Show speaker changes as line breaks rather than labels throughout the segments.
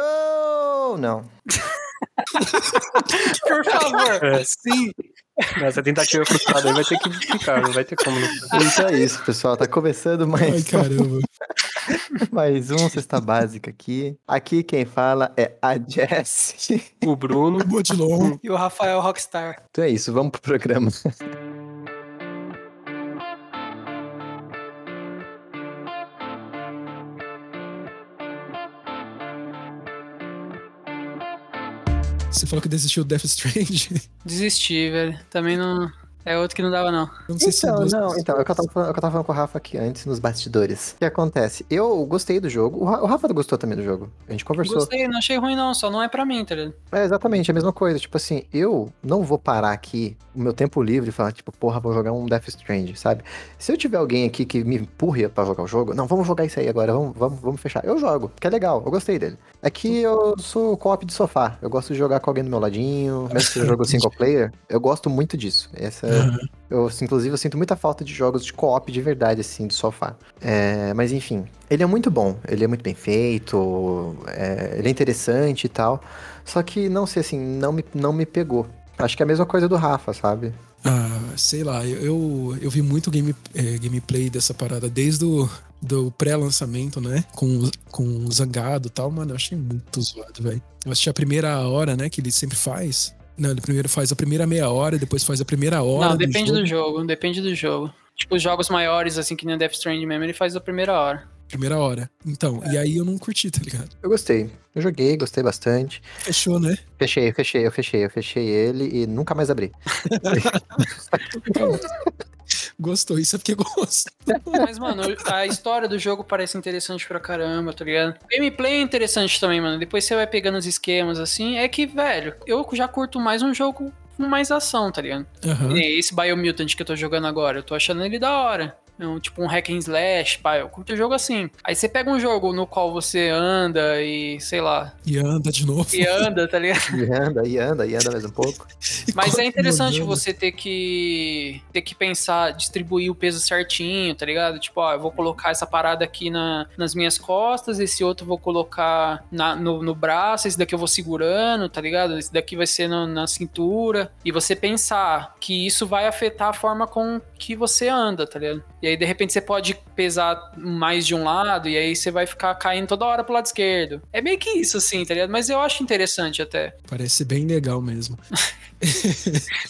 Hello! Não.
Por favor. Sim.
Essa É. tentativa frustrada aí vai ter que ficar, não vai ter como.
Então é isso, pessoal. Tá começando mais,
Ai, caramba.
mais um Cesta Básica aqui. Aqui quem fala é a Jessie.
O Bruno.
Boa de longo.
E o Rafael Rockstar.
Então é isso, vamos pro programa.
Você falou que desistiu do Death Strange.
Desisti, velho. Também não. É outro que não dava, não.
Eu Não sei se é
Então,
duas
não,
pessoas.
então, é o que eu tava falando, é o que eu tava falando com o Rafa aqui antes, nos bastidores. O que acontece? Eu gostei do jogo. O Ra- o Rafa gostou também do jogo. A gente conversou.
Gostei, não achei ruim, não. Só não é pra mim, tá ligado?
É exatamente a mesma coisa. Tipo assim, eu não vou parar aqui o meu tempo livre e falar, tipo, porra, vou jogar um Death Strand, sabe? Se eu tiver alguém aqui que me empurre pra jogar o jogo, não, vamos jogar isso aí agora, vamos, vamos, vamos fechar. Eu jogo, que é legal, eu gostei dele. É que eu sou co-op de sofá, eu gosto de jogar com alguém do meu ladinho, mesmo que eu jogo single player, eu gosto muito disso. Essa, é
É.
Aham.
eu, assim, inclusive, eu sinto muita falta de jogos de co-op de verdade, assim, de sofá. É, mas enfim, ele é muito bom, ele é muito bem feito, é, ele é interessante e tal. Só que, não sei, assim, não me, não me pegou. Acho que é a mesma coisa do Rafa, sabe?
Ah, sei lá, eu, eu, eu vi muito game, eh, gameplay dessa parada desde o do pré-lançamento, né? Com, o- com o Zangado e tal, mano. Eu achei muito zoado, velho. Eu assisti a primeira hora, né? Que ele sempre faz. Não, ele primeiro faz a primeira meia hora, depois faz a primeira hora.
não, depende do jogo. Depende do jogo. Tipo, os jogos maiores, assim, que nem o Death Stranding mesmo, ele faz a primeira hora.
Primeira hora. Então, e aí eu não curti, tá ligado?
Eu gostei. Eu joguei, gostei bastante.
Fechou, né?
Fechei, eu fechei, eu fechei, eu fechei ele e nunca mais abri.
Gostou, isso é porque gosto.
Mas, mano, a história do jogo parece interessante pra caramba, tá ligado? Gameplay é interessante também, mano. Depois você vai pegando os esquemas, assim. É que, velho, eu já curto mais um jogo com mais ação, tá ligado?
Aham.
Que nem Esse Biomutant que eu tô jogando agora, eu tô achando ele da hora. É um, tipo um hack and slash, pá, eu curto jogo assim. Aí você pega um jogo no qual você anda e, sei lá,
E anda de novo.
e anda, tá ligado?
E anda, e anda, e anda mais um pouco.
E
Mas é
continua
interessante
andando.
você ter que ter que pensar, distribuir o peso certinho, tá ligado? Tipo, ó, eu vou colocar essa parada aqui na, nas minhas costas, esse outro eu vou colocar na- no, no braço, esse daqui eu vou segurando, tá ligado? Esse daqui vai ser no- na cintura. E você pensar que isso vai afetar a forma com que você anda, tá ligado? E aí, de repente, você pode pesar mais de um lado, e aí você vai ficar caindo toda hora pro lado esquerdo. É meio que isso, assim, tá ligado? Mas eu acho interessante até.
Parece bem legal mesmo.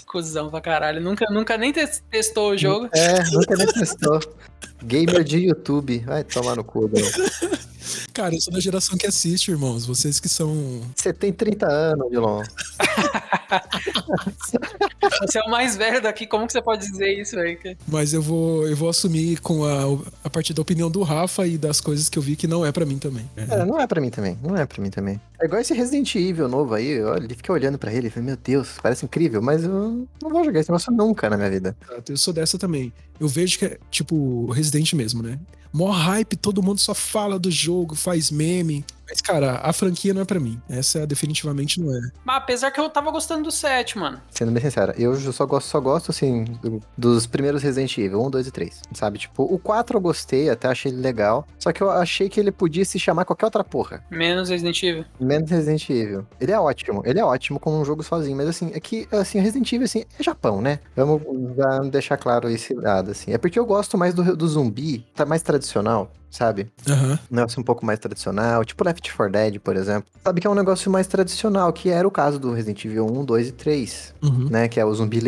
Cusão pra caralho. Nunca, nunca nem tes- testou o jogo.
É, nunca nem testou. Gamer de YouTube. Vai tomar no cu, Bruno.
Cara, eu sou da geração que assiste, irmãos. Vocês que são.
Você tem 30 anos, Dilon.
Você é o mais velho daqui. Como que você pode dizer isso, velho?
Mas eu vou, eu vou assumir com a, a partir da opinião do Rafa e das coisas que eu vi que não é pra mim também.
É, não é pra mim também, não é pra mim também. É igual esse Resident Evil novo aí, olha, ele fica olhando pra ele e fala, meu Deus, parece incrível, mas eu não vou jogar esse negócio nunca na minha vida.
Exato, Eu sou dessa também. Eu vejo que é, tipo, Resident mesmo, né? Mó hype, todo mundo só fala do jogo, faz meme. Mas, cara, a franquia não é pra mim. Essa definitivamente não é.
Mas apesar que eu tava gostando do 7, mano.
Sendo bem sincero, eu só gosto, só gosto assim, do- dos primeiros Resident Evil, 1, 2 e 3, sabe? Tipo, o 4 eu gostei, até achei ele legal, só que eu achei que ele podia se chamar qualquer outra porra,
Menos Resident Evil.
menos Resident Evil. Ele é ótimo, ele é ótimo como um jogo sozinho, mas assim, é que, assim, Resident Evil, assim, é Japão, né? Vamos já deixar claro esse lado, assim. É porque eu gosto mais do, do zumbi, tá mais tradicional, sabe?
Aham.
um negócio um pouco mais tradicional, tipo Left 4 Dead, por exemplo. Sabe que é um negócio mais tradicional, que era o caso do Resident Evil 1, 2 e 3,
Uhum.
né? Que é o zumbi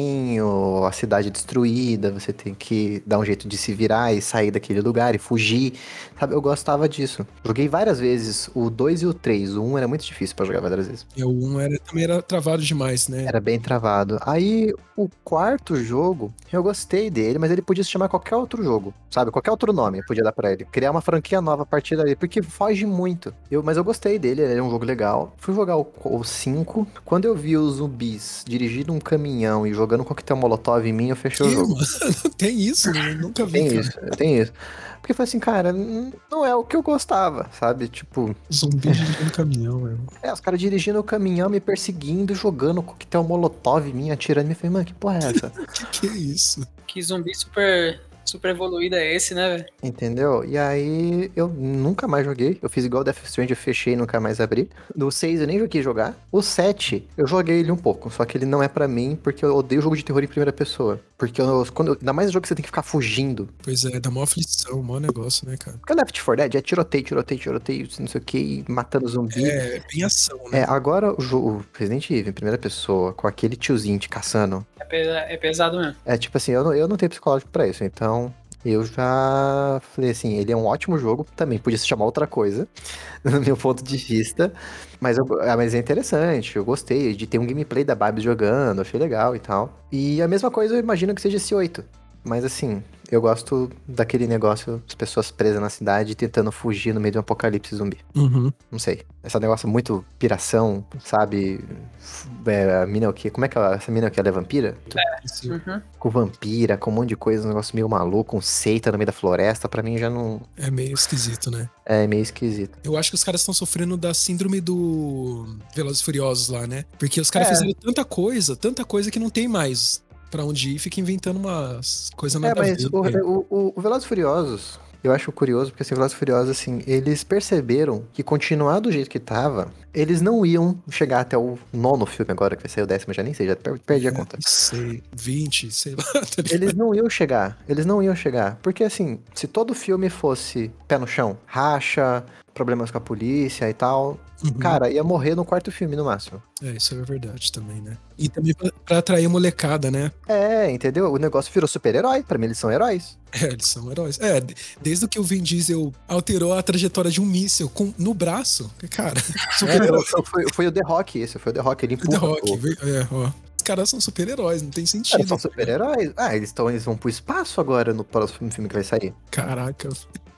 lentinho, a cidade destruída, você tem que dar um jeito de se virar e sair daquele lugar e fugir. Sabe, eu gostava disso. Joguei várias vezes o 2 e o 3, o 1 era muito difícil pra jogar várias vezes.
E É, o 1 era, também era travado demais, né?
Era bem travado. Aí, o quarto jogo, eu gostei dele, mas ele podia se chamar qualquer outro jogo, sabe? Qualquer outro nome eu podia dar pra ele. Criar uma franquia nova a partir dali, porque foge muito. Eu, mas eu gostei dele, ele é um jogo legal. Fui jogar o- o 5. Quando eu vi os zumbis dirigindo um caminhão e jogando coquetel molotov em mim, eu fechei o
Ih,
jogo.
mano, tem isso, né? Eu nunca vi.
Tem
cara.
isso, tem isso. Porque foi assim, cara, n- não é o que eu gostava, sabe? Tipo,
Zumbi dirigindo caminhão, velho.
é, os caras dirigindo o caminhão, me perseguindo, jogando coquetel molotov em mim, atirando. Me falei, mano, que porra é essa?
Que isso?
Que zumbi super super evoluído é esse, né, velho?
Entendeu? E aí eu nunca mais joguei. Eu fiz igual Death Strand, eu fechei e nunca mais abri. Do 6 eu nem joguei jogar. O 7, eu joguei ele um pouco, só que ele não é pra mim, porque eu odeio jogo de terror em primeira pessoa. Porque eu, quando, eu- ainda mais jogo que você tem que ficar fugindo.
Pois é, dá mó aflição, mó negócio, né, cara?
Porque Left 4 Dead é tiroteio, tiroteio, tiroteio, não sei o que, e matando zumbi.
É, bem ação, né?
É, agora o, jo- o Resident Evil em primeira pessoa, com aquele tiozinho te caçando,
É, pesa- é pesado mesmo.
É tipo assim, eu não, eu não tenho psicológico pra isso, então eu já falei assim, ele é um ótimo jogo, também podia se chamar outra coisa, no meu ponto de vista, mas, eu- ah, mas é interessante, eu gostei de ter um gameplay da Babs jogando, achei legal e tal. E a mesma coisa eu imagino que seja esse 8, mas assim, eu gosto daquele negócio, as pessoas presas na cidade tentando fugir no meio de um apocalipse zumbi.
Uhum.
Não sei. Esse negócio muito piração, sabe? F- É, a mina é o quê? Como é que ela. Essa mina é o quê? Ela é vampira?
Sim.
Uhum.
com vampira, com um monte de coisa, um negócio meio maluco, um seita no meio da floresta, pra mim já não.
É meio esquisito, né?
É meio esquisito.
Eu acho que os caras estão sofrendo da síndrome do Velozes e Furiosos lá, né? Porque os caras
É.
fizeram tanta coisa, tanta coisa que não tem mais pra onde ir, fica inventando umas coisas
É,
nada a
mas
ver,
o,
né?
o, o, o Velozes e Furiosos, eu acho curioso, porque assim, o Velozes e Furiosos, assim, eles perceberam que continuar do jeito que tava, eles não iam chegar até o nono filme agora, que vai sair o décimo, já nem sei, já per- perdi a conta.
Não sei, 20, sei lá. tá ligado?
Eles não iam chegar, eles não iam chegar. Porque assim, se todo filme fosse pé no chão, racha, problemas com a polícia e tal,
Uhum.
cara, ia morrer no quarto filme no máximo.
É, isso é verdade também, né? E também pra, pra atrair a molecada, né?
É, entendeu? O negócio virou super-herói, pra mim eles são heróis.
É, eles são heróis. É, de- desde que o Vin Diesel alterou a trajetória de um míssil com, no braço, cara, super-herói.
É, foi, foi o The Rock, esse foi o The Rock, ele
The
empurra.
Rock,
o-
ver- é, ó. Os caras são super-heróis, não tem sentido.
Eles são super-heróis. Ah, eles, tão, eles vão pro espaço agora no próximo filme que vai sair.
Caraca,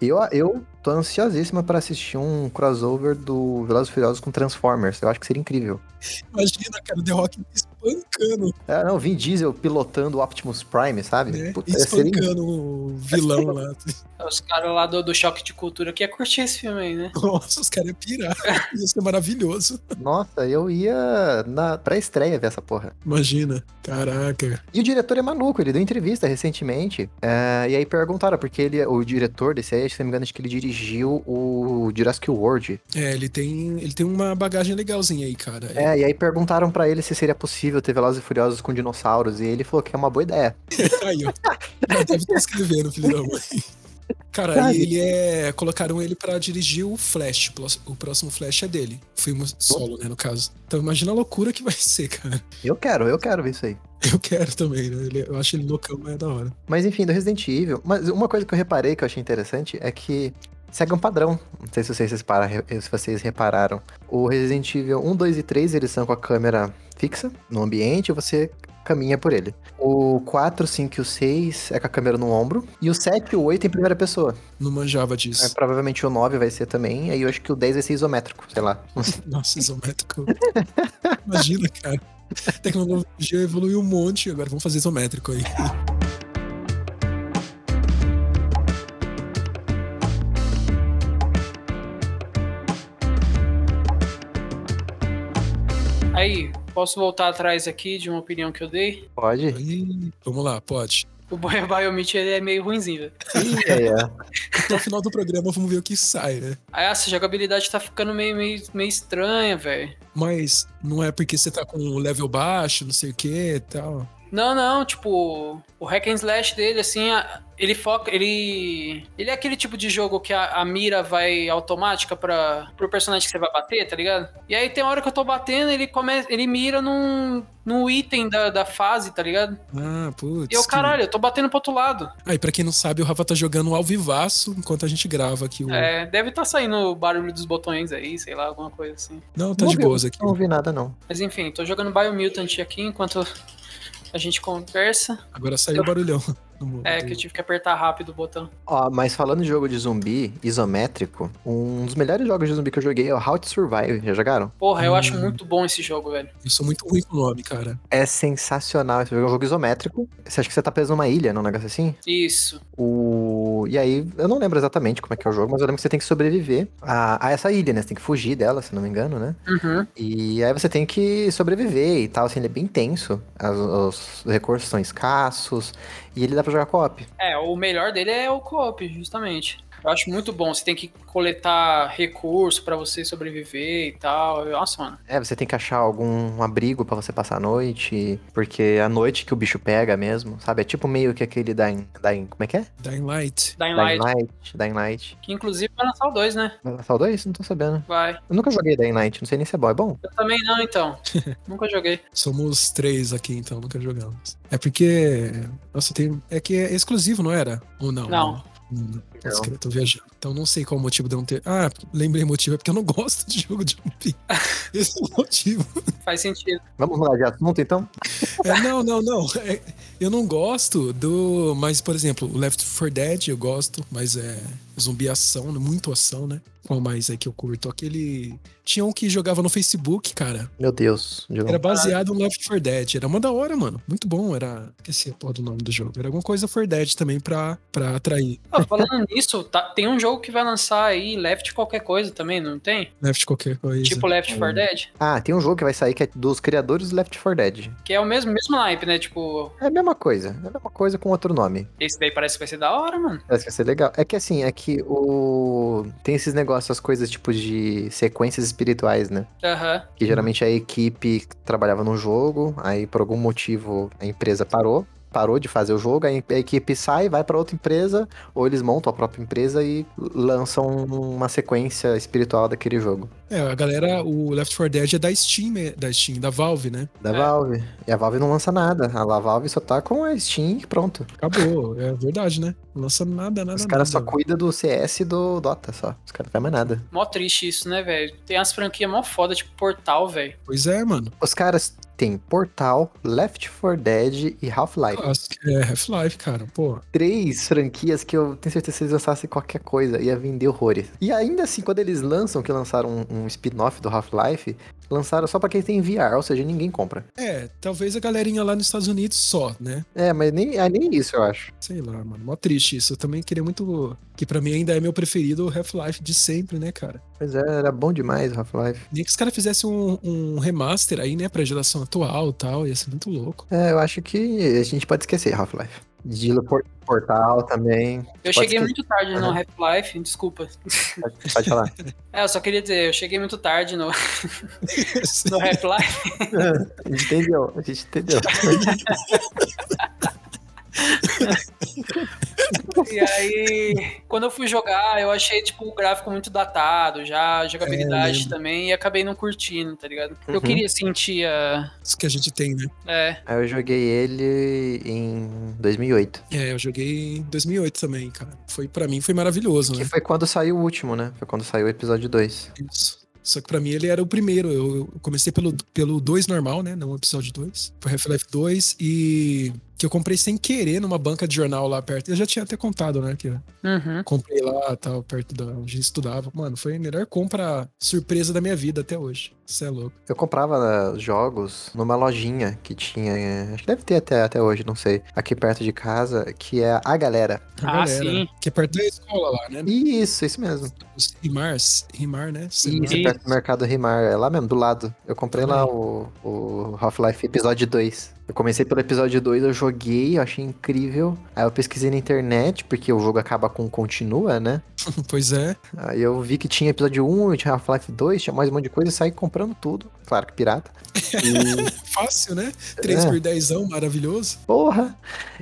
Eu, eu tô ansiosíssima pra assistir um crossover do Velozes e Furiosos com Transformers. Eu acho que seria incrível.
imagina, cara, o The Rock espancando,
Ah, não, Vin Diesel pilotando o Optimus Prime, sabe?
né?
É, Puta, ia ser incrível.
Espancando o vilão lá.
Os caras lá do, do Choque de Cultura que ia curtir esse filme aí, né?
Nossa, os caras iam pirar. Ia ser maravilhoso.
Nossa, eu ia na pré-estreia ver essa porra.
Imagina. Caraca.
E o diretor é maluco, ele deu entrevista recentemente. é, e aí perguntaram, porque ele, é, o diretor desse aí, se não me engano, acho que ele dirigiu o Jurassic World.
É, ele tem, ele tem uma bagagem legalzinha aí, cara.
É, e aí perguntaram pra ele se seria possível ter Velozes e Furiosos com dinossauros. E ele falou que é uma boa ideia.
tá Aí, ó. Já deve estar escrevendo, filho da mãe. Cara,
Sabe?
e ele é. Colocaram ele pra dirigir o Flash. o prós- O próximo Flash é dele. Filme solo, né, no caso. Então imagina a loucura que vai ser, cara.
Eu quero, eu quero ver isso aí.
Eu quero também, né? Ele- eu acho ele loucão, mas é da hora.
Mas enfim, do Resident Evil. Mas uma coisa que eu reparei que eu achei interessante é que segue um padrão. Não sei se vocês, repara- se vocês repararam. O Resident Evil 1, 2 e 3, eles são com a câmera fixa no ambiente e você caminha por ele. O 4, 5 e o 6 é com a câmera no ombro. E o 7 e o 8 em primeira pessoa.
Não manjava
É,
disso.
provavelmente o 9 vai ser também. Aí eu acho que o 10 vai ser isométrico, sei lá.
Nossa, isométrico. Imagina, cara. A tecnologia evoluiu um monte, agora vamos fazer isométrico aí.
Aí, posso voltar atrás aqui de uma opinião que eu dei?
Pode?
Ih, vamos lá, pode.
O Boy Biomit ele é meio ruimzinho, velho.
Ih, é, é.
Até o final do programa vamos ver o que sai, né?
Aí ah, essa jogabilidade tá ficando meio, meio, meio estranha, velho.
Mas não é porque você tá com o level baixo, não sei o que e tal.
Não, não, tipo, o hack and slash dele, assim, a- ele foca, ele... Ele é aquele tipo de jogo que a, a mira vai automática pra, pro personagem que você vai bater, tá ligado? E aí tem hora que eu tô batendo, ele começa, ele mira num, num item da, da fase, tá ligado?
Ah, putz.
E eu,
que-
caralho, eu tô batendo pro outro lado.
Aí, pra quem não sabe, o Rafa tá jogando ao vivaço enquanto a gente grava aqui o.
É, deve tá saindo o barulho dos botões aí, sei lá, alguma coisa assim.
Não, tá
Não
de
vi-
boas aqui.
Não ouvi nada, não.
Mas enfim, tô jogando Biomutant aqui enquanto a gente conversa.
Agora saiu o barulhão. do-
É,
do-
que eu tive que apertar rápido o botão.
Ó, mas falando de jogo de zumbi isométrico, um dos melhores jogos de zumbi que eu joguei é o How to Survive. Já jogaram?
Porra, eu
Hum.
acho muito bom esse jogo, velho.
Eu sou muito ruim com o nome, cara.
É sensacional esse jogo. É um jogo isométrico. Você acha que você tá preso numa ilha, num negócio assim?
Isso.
O... E aí, eu não lembro exatamente como é que é o jogo, mas eu lembro que você tem que sobreviver a, a essa ilha, né? Você tem que fugir dela, se não me engano, né?
Uhum.
E aí você tem que sobreviver e tal, assim, ele é bem tenso. As- os recursos são escassos. E ele dá pra pra jogar co-op.
É, o melhor dele é o co-op, justamente. Eu acho muito bom. Você tem que coletar recurso pra você sobreviver e tal. Nossa, mano.
É, você tem que achar algum abrigo pra você passar a noite, porque é a noite que o bicho pega mesmo, sabe? É tipo meio que aquele Dying... Dying como é que é?
Dying Light.
Dying
Dying Light,
Light. Dying Light.
que inclusive vai lançar o 2, né?
Vai lançar o 2? Não tô sabendo.
Vai.
Eu nunca joguei Dying Light, não sei nem se é bom. É bom?
Eu também não, então. Nunca joguei.
Somos três aqui, então, nunca jogamos. É porque. Nossa, tem. É que é exclusivo, não era? Ou não?
Não.
Hum, Nossa, cara, eu tô viajando. Então não sei qual o motivo de eu não ter. Ah, lembrei o motivo, é porque eu não gosto de jogo de zumbi. Esse é o motivo.
Faz sentido.
Vamos mudar de assunto então?
É, não, não, não. É, eu não gosto do. Mas, por exemplo, o Left 4 Dead eu gosto, mas é zumbi ação, muito ação, né? Qual mais é que eu curto? Aquele. Tinha um que jogava no Facebook, cara.
Meu Deus. Diego.
Era baseado no Left 4 Dead. Era uma da hora, mano. Muito bom. Era. Esqueci a porra do nome do jogo. Era alguma coisa 4 Dead também pra, pra atrair.
Ah, falando nisso, tá- tem um jogo que vai lançar aí, Left qualquer coisa também, não tem?
Left né? qualquer coisa.
Tipo Left 4 Dead,
Ah, tem um jogo que vai sair que é dos criadores do Left 4 Dead.
que é o mesmo, mesmo naipe, né? Tipo,
É a mesma coisa. É a mesma coisa com outro nome.
esse daí parece que vai ser da hora, mano.
Parece que vai ser legal. É que assim, é que o. Tem esses negócios, as coisas tipo de sequências espirituais, né?
Aham.
Que geralmente é a equipe trabalhava num jogo, aí por algum motivo a empresa parou. Parou de fazer o jogo, aí a equipe sai, vai pra outra empresa, ou eles montam a própria empresa e lançam uma sequência espiritual daquele jogo.
É, a galera, o Left 4 Dead é da Steam, é- da Steam, da Valve, né?
Da
É.
Valve. E a Valve não lança nada. A La Valve só tá com a Steam e pronto.
Acabou, é verdade, né? Não lança nada, nada.
Os caras só
nada.
cuidam do CS e do Dota só. Os caras não fazem mais nada.
Mó triste isso, né, velho? Tem as franquias mó foda, tipo Portal, velho.
Pois é, mano.
Os caras têm Portal, Left 4 Dead e Half-Life.
Clássico. É Half-Life, cara. Pô,
Três franquias que eu tenho certeza que se eles lançassem qualquer coisa, ia vender horrores. E ainda assim, quando eles lançam, que lançaram um, um spin-off do Half-Life, lançaram só pra quem tem VR, ou seja, ninguém compra.
é, talvez a galerinha lá nos Estados Unidos só, né?
É, mas nem, ah, nem isso, eu acho.
Sei lá, mano. Mó triste isso. Eu também queria muito. Que pra mim ainda é meu preferido o Half-Life de sempre, né, cara?
Pois é, era bom demais o Half-Life.
Nem que os caras fizessem um, um remaster aí, né, pra geração atual e tal. Ia ser muito louco.
É, eu acho que a gente pode esquecer Half-Life. Dilo por- Portal também.
Eu
Pode
cheguei
esquecer.
muito tarde no
Aham.
Half-Life, desculpa.
Pode, pode falar.
É, eu só queria dizer, eu cheguei muito tarde no, no Half-Life.
A gente entendeu, a gente entendeu.
e aí, quando eu fui jogar, eu achei, tipo, o gráfico muito datado já, a jogabilidade também, e acabei não curtindo, tá ligado? Eu
É. Uhum.
queria sentir a.
Isso que a gente tem, né?
É,
Aí eu joguei ele em 2008.
É, eu joguei em 2008 também, cara. Foi pra mim foi maravilhoso,
Que
né?
foi quando saiu o último, né? Foi quando saiu o episódio 2.
Isso. Só que pra mim ele era o primeiro. Eu eu comecei pelo 2 pelo dois normal, né? Não o episódio 2. Foi Half-Life 2 e que eu comprei sem querer numa banca de jornal lá perto. Eu já tinha até contado, né? Que eu
uhum.
comprei lá, tal, perto da onde eu estudava. Mano, foi a melhor compra surpresa da minha vida até hoje. Isso é louco.
Eu comprava né, jogos numa lojinha que tinha. é, Acho que deve ter até, até hoje, não sei. Aqui perto de casa, que é a galera.
A
Ah, sim.
Que é perto da escola lá, né?
Isso, isso mesmo.
Os Rimars. Rimar, né?
Isso,
Sim.
perto do mercado Rimar. É lá mesmo, do lado. Eu comprei lá o, o Half-Life episódio 2. Eu comecei pelo episódio 2, eu joguei, eu achei incrível. Aí eu pesquisei na internet, porque o jogo acaba com continua, né?
Pois é.
Aí eu vi que tinha episódio 1, tinha Half-Life 2, tinha mais um monte de coisa, e saí comprando tudo. Claro que pirata. E,
Fácil, né? 3
É.
por 10 maravilhoso.
porra!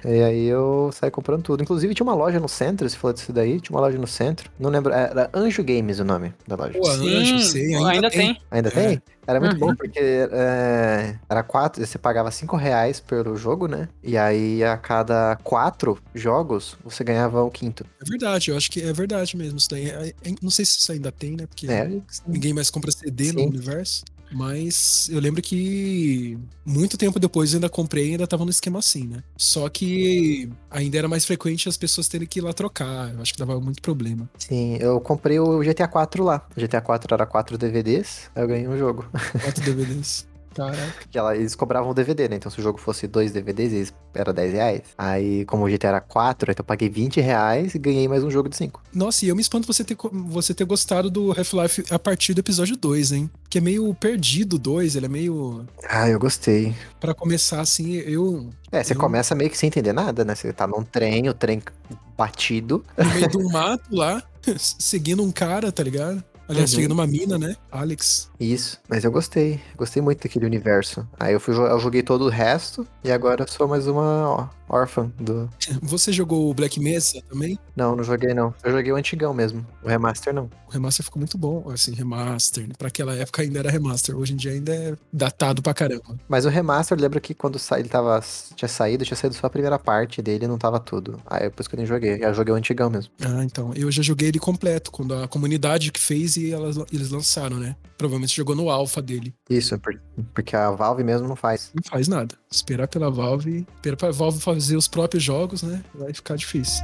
E aí eu saí comprando tudo. Inclusive tinha uma loja no centro, você falou disso daí, tinha uma loja no centro. Não lembro, é, era Anjo Games o nome da loja.
Pô,
Sim,
anjo, sei. Ainda, tem.
Ainda
É.
tem? Era muito
Uhum.
bom, porque é, era quatro, você pagava cinco reais pelo jogo, né? E aí a cada quatro jogos, você ganhava o quinto.
É verdade, eu acho que é verdade mesmo. Isso daí É- é- não sei se isso ainda tem, né? Porque
É,
ninguém mais compra CD no
Sim.
universo. Mas eu lembro que muito tempo depois eu ainda comprei e ainda tava no esquema assim, né? Só que ainda era mais frequente as pessoas terem que ir lá trocar. Eu acho que dava muito problema.
sim, eu comprei o GTA 4 lá. O GTA 4 era quatro DVDs, aí eu ganhei um jogo.
Quatro DVDs. Caraca.
Que ela- eles cobravam o DVD, né? Então se o jogo fosse dois DVDs, eles, era 10 reais. Aí, como o GTA era 4, então eu paguei 20 reais e ganhei mais um jogo de 5.
Nossa, e eu me espanto você ter, co- você ter gostado do Half-Life a partir do episódio 2, hein? Que é meio perdido o 2, ele é meio.
Ah, eu gostei.
Pra começar assim, eu.
É, você
Eu-
começa meio que sem entender nada, né? Você tá num trem, o trem batido.
No meio de um mato lá, seguindo um cara, tá ligado? Aliás,
Uhum.
seguindo uma mina, né? Alex.
Isso. Mas eu gostei. Gostei muito daquele universo. Aí eu, fui, jo- eu joguei todo o resto e agora eu sou mais uma ó, órfã do.
Você jogou o Black Mesa também?
Não, não joguei não. Eu joguei o antigão mesmo. O remaster não.
O remaster ficou muito bom, assim, remaster. Pra aquela época ainda era remaster, hoje em dia ainda é datado pra caramba.
Mas o remaster, eu lembro que quando sa- ele tava, tinha saído, tinha saído só a primeira parte dele, não tava tudo. Aí depois que eu nem joguei, eu joguei o antigão mesmo.
Ah, então. Eu já joguei ele completo, quando a comunidade que fez e elas, eles lançaram, né? Provavelmente jogou no alpha dele.
Isso, por- porque a Valve mesmo não faz.
Não faz nada. Esperar pela Valve, esperar pra Valve fazer os próprios jogos, né? Vai ficar difícil.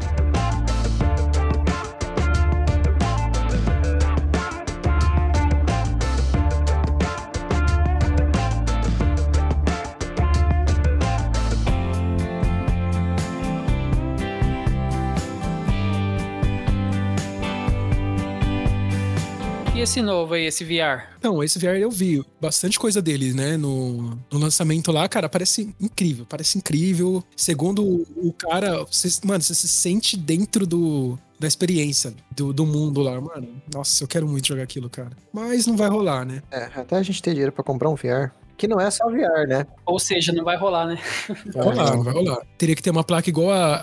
E esse novo aí, esse VR?
Não, esse VR eu vi bastante coisa dele, né? No, no lançamento lá, cara, parece incrível, parece incrível. Segundo o, o cara, você, mano, você se sente dentro do, da experiência, do, do mundo lá, mano. Nossa, eu quero muito jogar aquilo, cara. Mas não vai rolar, né?
É, até a gente ter dinheiro pra comprar um VR. Que não é só VR, né? Então,
Ou seja, não vai rolar, né?
Não
É.
vai rolar, não vai rolar. Teria que ter uma placa igual a,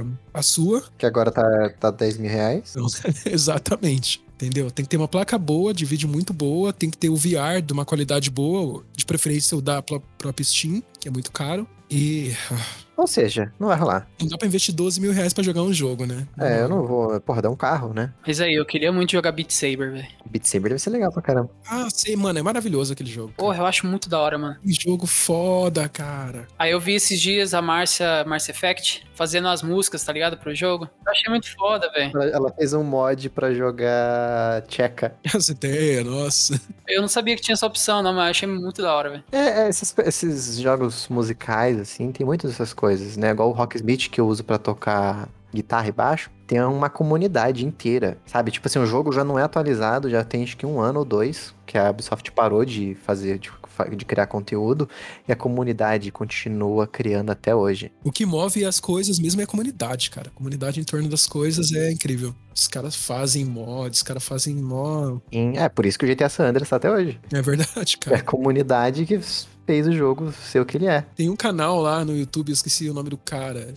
a, a sua.
Que agora tá, tá 10 mil reais.
Então, exatamente. Entendeu? Tem que ter uma placa boa, de vídeo muito boa, tem que ter o VR de uma qualidade boa, de preferência o da pró- própria Steam, que é muito caro. E
Ou seja, não vai rolar.
Não dá pra investir 12 mil reais pra jogar um jogo, né?
É, eu não vou. Porra, dá um carro, né?
Mas aí, eu queria muito jogar Beat Saber, velho.
Beat Saber deve ser legal pra caramba.
Ah, sei, mano, é maravilhoso aquele jogo. cara.
Porra, eu acho muito da hora, mano.
Que jogo foda, cara.
Aí eu vi esses dias a Marcia, Marcia Effect fazendo as músicas, tá ligado? Pro jogo. Eu achei muito foda, velho.
Ela- Ela fez um mod pra jogar Tcheca.
Essa ideia, nossa.
Eu não sabia que tinha essa opção, não, mas eu achei muito da hora, velho.
É, é, esses, esses jogos musicais, assim, tem muitas dessas coisas, né? Igual o Rocksmith que eu uso pra tocar guitarra e baixo, tem uma comunidade inteira, sabe? Tipo assim, o jogo já não é atualizado, já tem acho que um ano ou dois que a Ubisoft parou de fazer, de, fa- de criar conteúdo, e a comunidade continua criando até hoje.
O que move as coisas mesmo é a comunidade, cara. A comunidade em torno das coisas é incrível. Os caras fazem mods, os caras fazem mó.
E é por isso que o GTA San Andreas tá até hoje.
É verdade,
É a
cara.
comunidade que fez o jogo ser o que ele é.
Tem um canal lá no YouTube, eu esqueci o nome do cara.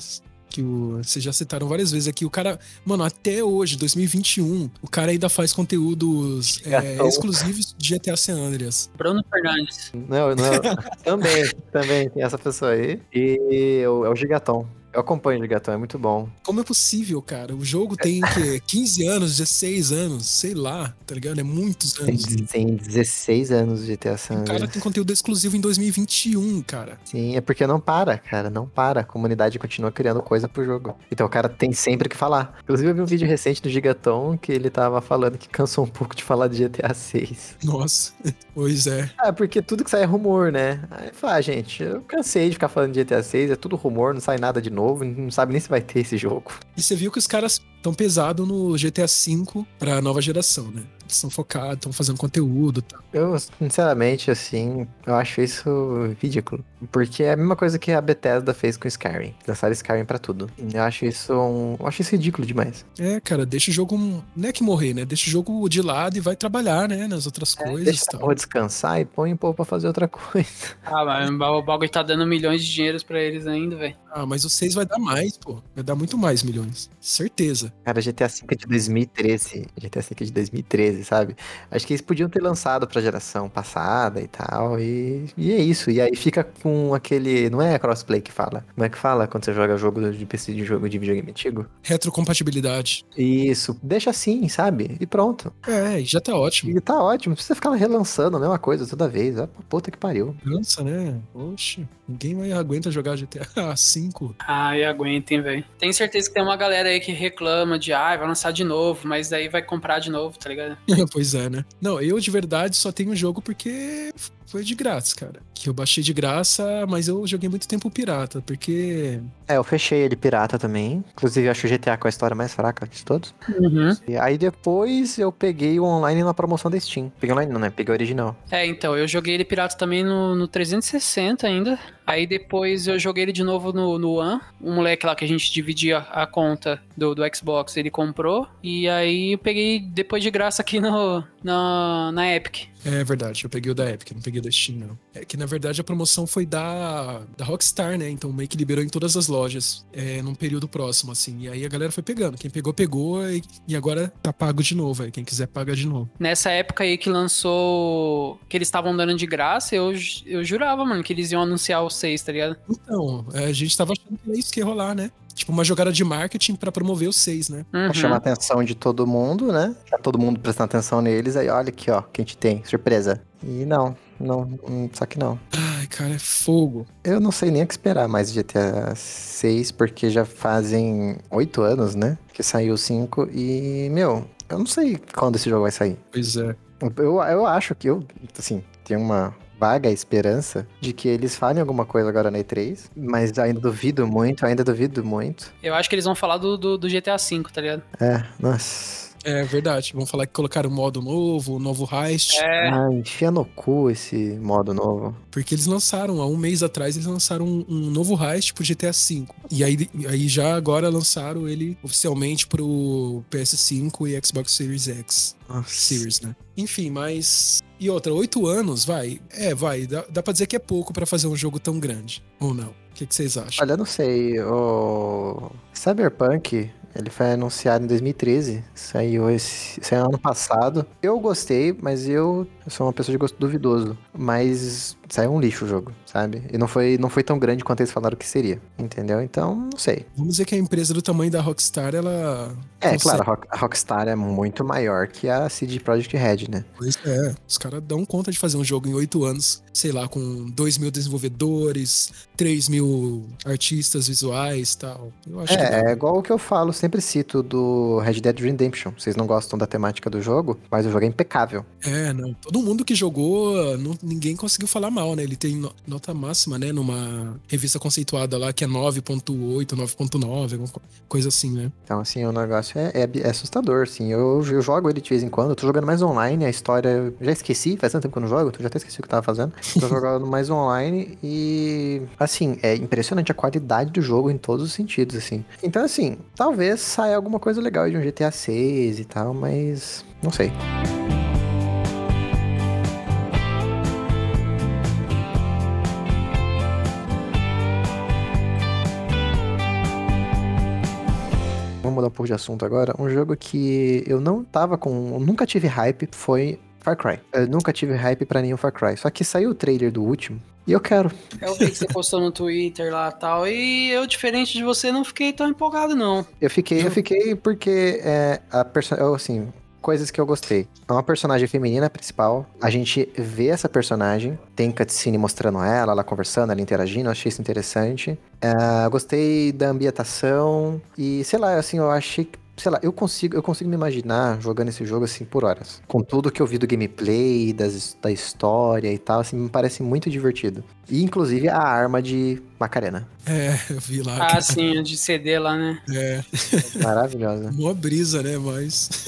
Que o, vocês já citaram várias vezes aqui. O cara, mano, até hoje, 2021, o cara ainda faz conteúdos é,
Gatão.
exclusivos de GTA San Andreas.
Bruno Fernandes.
Não, não. também, também tem essa pessoa aí. E é o, é o Gigaton. Eu acompanho o Gigaton, é muito bom.
Como é possível, cara? O jogo tem o quê? 15 anos, 16 anos, sei lá, tá ligado? É muitos
Tem,
anos.
tem 16 anos de GTA San
O cara
Andreas.
tem conteúdo exclusivo em 2021, cara.
Sim, é porque não para, cara, não para. A comunidade continua criando coisa pro jogo. Então o cara tem sempre o que falar. Inclusive eu vi um vídeo recente do Gigaton que ele tava falando que cansou um pouco de falar de GTA 6.
Nossa, pois é.
Ah, porque tudo que sai é rumor, né? Aí ele fala, ah, gente, eu cansei de ficar falando de GTA 6, é tudo rumor, não sai nada de novo, não sabe nem se vai ter esse jogo.
E você viu que os caras estão pesado no GTA V pra nova geração, né? Eles estão focados, estão fazendo conteúdo e tal.
Eu, sinceramente, assim, eu acho isso ridículo. Porque é a mesma coisa que a Bethesda fez com Skyrim. Lançaram Skyrim pra tudo. Eu acho isso um... Eu acho isso ridículo demais.
É, cara, deixa o jogo. Não é que morrer, né? Deixa o jogo de lado e vai trabalhar, né? Nas outras coisas
Deixa
e
essa
tal.
porra descansar e põe o povo pra fazer outra coisa.
Ah, mas o bagulho tá dando milhões de dinheiros pra eles ainda, velho.
Ah, mas o 6 vai dar mais, pô. Vai dar muito mais milhões. Certeza.
Cara, GTA V é de 2013. GTA V é de 2013, sabe? Acho que eles podiam ter lançado pra geração passada e tal. E, e é isso. E aí fica com aquele... Não é crossplay que fala. Como é que fala quando você joga jogo de PC de jogo de videogame antigo?
Retrocompatibilidade.
Isso. Deixa assim, sabe? E pronto.
É, já tá ótimo.
E tá ótimo, não precisa ficar relançando a mesma coisa toda vez. Ah, puta que pariu.
Cansa, né? Oxe, ninguém vai aguenta jogar GTA V.
Ai, aguentem, velho. Tenho certeza que tem uma galera aí que reclama de, ai, vai lançar de novo, mas daí vai comprar de novo, tá ligado?
pois é, né? Não, eu de verdade só tenho jogo porque foi de grátis, cara. Que eu baixei de graça, mas eu joguei muito tempo pirata, porque.
É, eu fechei ele pirata também. Inclusive, eu acho o GTA com a história mais fraca de todos.
Uhum.
E aí depois eu peguei o online na promoção da Steam. Peguei online não, né? Peguei o original.
É, então, eu joguei ele pirata também no, no 360 ainda. Aí depois eu joguei ele de novo no, no One. Um moleque lá que a gente dividia a conta do, do Xbox, ele comprou. E aí eu peguei depois de graça aqui no, na, na Epic.
É verdade, eu peguei o da Epic, não peguei o da Steam, não. É que na verdade a promoção foi da, da Rockstar, né? Então meio que liberou em todas as lojas, é, num período próximo, assim. E aí a galera foi pegando. Quem pegou, pegou. E, e agora tá pago de novo, aí. Quem quiser, paga de novo.
Nessa época aí que lançou. que eles estavam dando de graça, eu, ju- eu jurava, mano, que eles iam anunciar o 6, tá ligado?
Então, é, a gente tava achando que era isso que ia rolar, né? Tipo, uma jogada de marketing pra promover os seis, né?
Uhum.
Pra chamar a atenção de todo mundo, né? Pra todo mundo prestando atenção neles. Aí olha aqui, ó, que a gente tem. Surpresa. E não, não, hum, só que não.
Ai, cara, é fogo.
Eu não sei nem o que esperar mais de GTA 6, porque já fazem oito anos, né? Que saiu o 5 e, meu, eu não sei quando esse jogo vai sair.
Pois é.
Eu, eu acho que eu, assim, tenho uma vaga esperança de que eles falem alguma coisa agora na E3, mas ainda duvido muito, ainda duvido muito.
Eu acho que eles vão falar do, do, do GTA V, tá ligado?
É, nossa.
É verdade. Vão falar que colocaram um modo novo, um novo heist.
É.
Ah, enfia no cu esse modo novo.
Porque eles lançaram, há um mês atrás, eles lançaram um, um novo heist pro GTA V. E aí, aí já agora lançaram ele oficialmente pro PS5 e Xbox Series X.
Nossa.
Series, né? Enfim, mas. E outra, oito anos, vai. É, vai. Dá, dá pra dizer que é pouco pra fazer um jogo tão grande. Ou não? O que, que vocês acham?
Olha, eu não sei, o Cyberpunk, ele foi anunciado em 2013, saiu, esse, saiu ano passado. Eu gostei, mas eu, eu sou uma pessoa de gosto duvidoso, mas saiu um lixo o jogo, sabe? E não foi, não foi tão grande quanto eles falaram que seria, entendeu? Então, não sei.
Vamos dizer que a empresa do tamanho da Rockstar, ela.
É,
consegue-
claro, a Rock- a Rockstar é muito maior que a CD Projekt Red, né?
Pois é, os caras dão conta de fazer um jogo em oito anos, sei lá, com dois mil desenvolvedores, três mil artistas visuais e tal. Eu acho que dá.
É, é igual o que eu falo, sempre cito do Red Dead Redemption. Vocês não gostam da temática do jogo, mas o jogo é impecável.
É, não. Todo mundo que jogou, não- ninguém conseguiu falar mal, né? Ele tem no- nota máxima, né? Numa revista conceituada lá que é 9.8, 9.9, alguma co- coisa assim, né?
Então, assim, o negócio é, é- é assustador, assim. Eu, eu jogo ele de vez em quando, eu tô jogando mais online, a história eu já esqueci, faz tanto tempo que eu não jogo, então eu já até esqueci o que eu tava fazendo. Tô jogando mais online e, assim, é impressionante a qualidade do jogo em todos os sentidos, assim. Então, assim, talvez saia alguma coisa legal aí de um GTA 6 e tal, mas não sei. Vamos mudar um pouco de assunto agora. Um jogo que eu não tava com. eu nunca tive hype foi Far Cry. Eu nunca tive hype pra nenhum Far Cry. Só que saiu o trailer do último. E eu quero.
Eu vi que você postou no Twitter lá e tal. E eu, diferente de você, não fiquei tão empolgado, não.
Eu fiquei, eu fiquei porque é, a perso- eu, assim, coisas que eu gostei. É uma personagem feminina principal. A gente vê essa personagem. Tem cutscene mostrando ela, ela conversando, ela interagindo. Eu achei isso interessante. É, gostei da ambientação. E, sei lá, assim, eu achei que. Sei lá, eu consigo, eu consigo me imaginar jogando esse jogo assim por horas. Com tudo que eu vi do gameplay, das, da história e tal, assim, me parece muito divertido. E inclusive a arma de Macarena.
É, eu vi lá.
Ah,
cara.
sim, de CD lá, né?
É,
Maravilhosa.
mó brisa, né? Mas.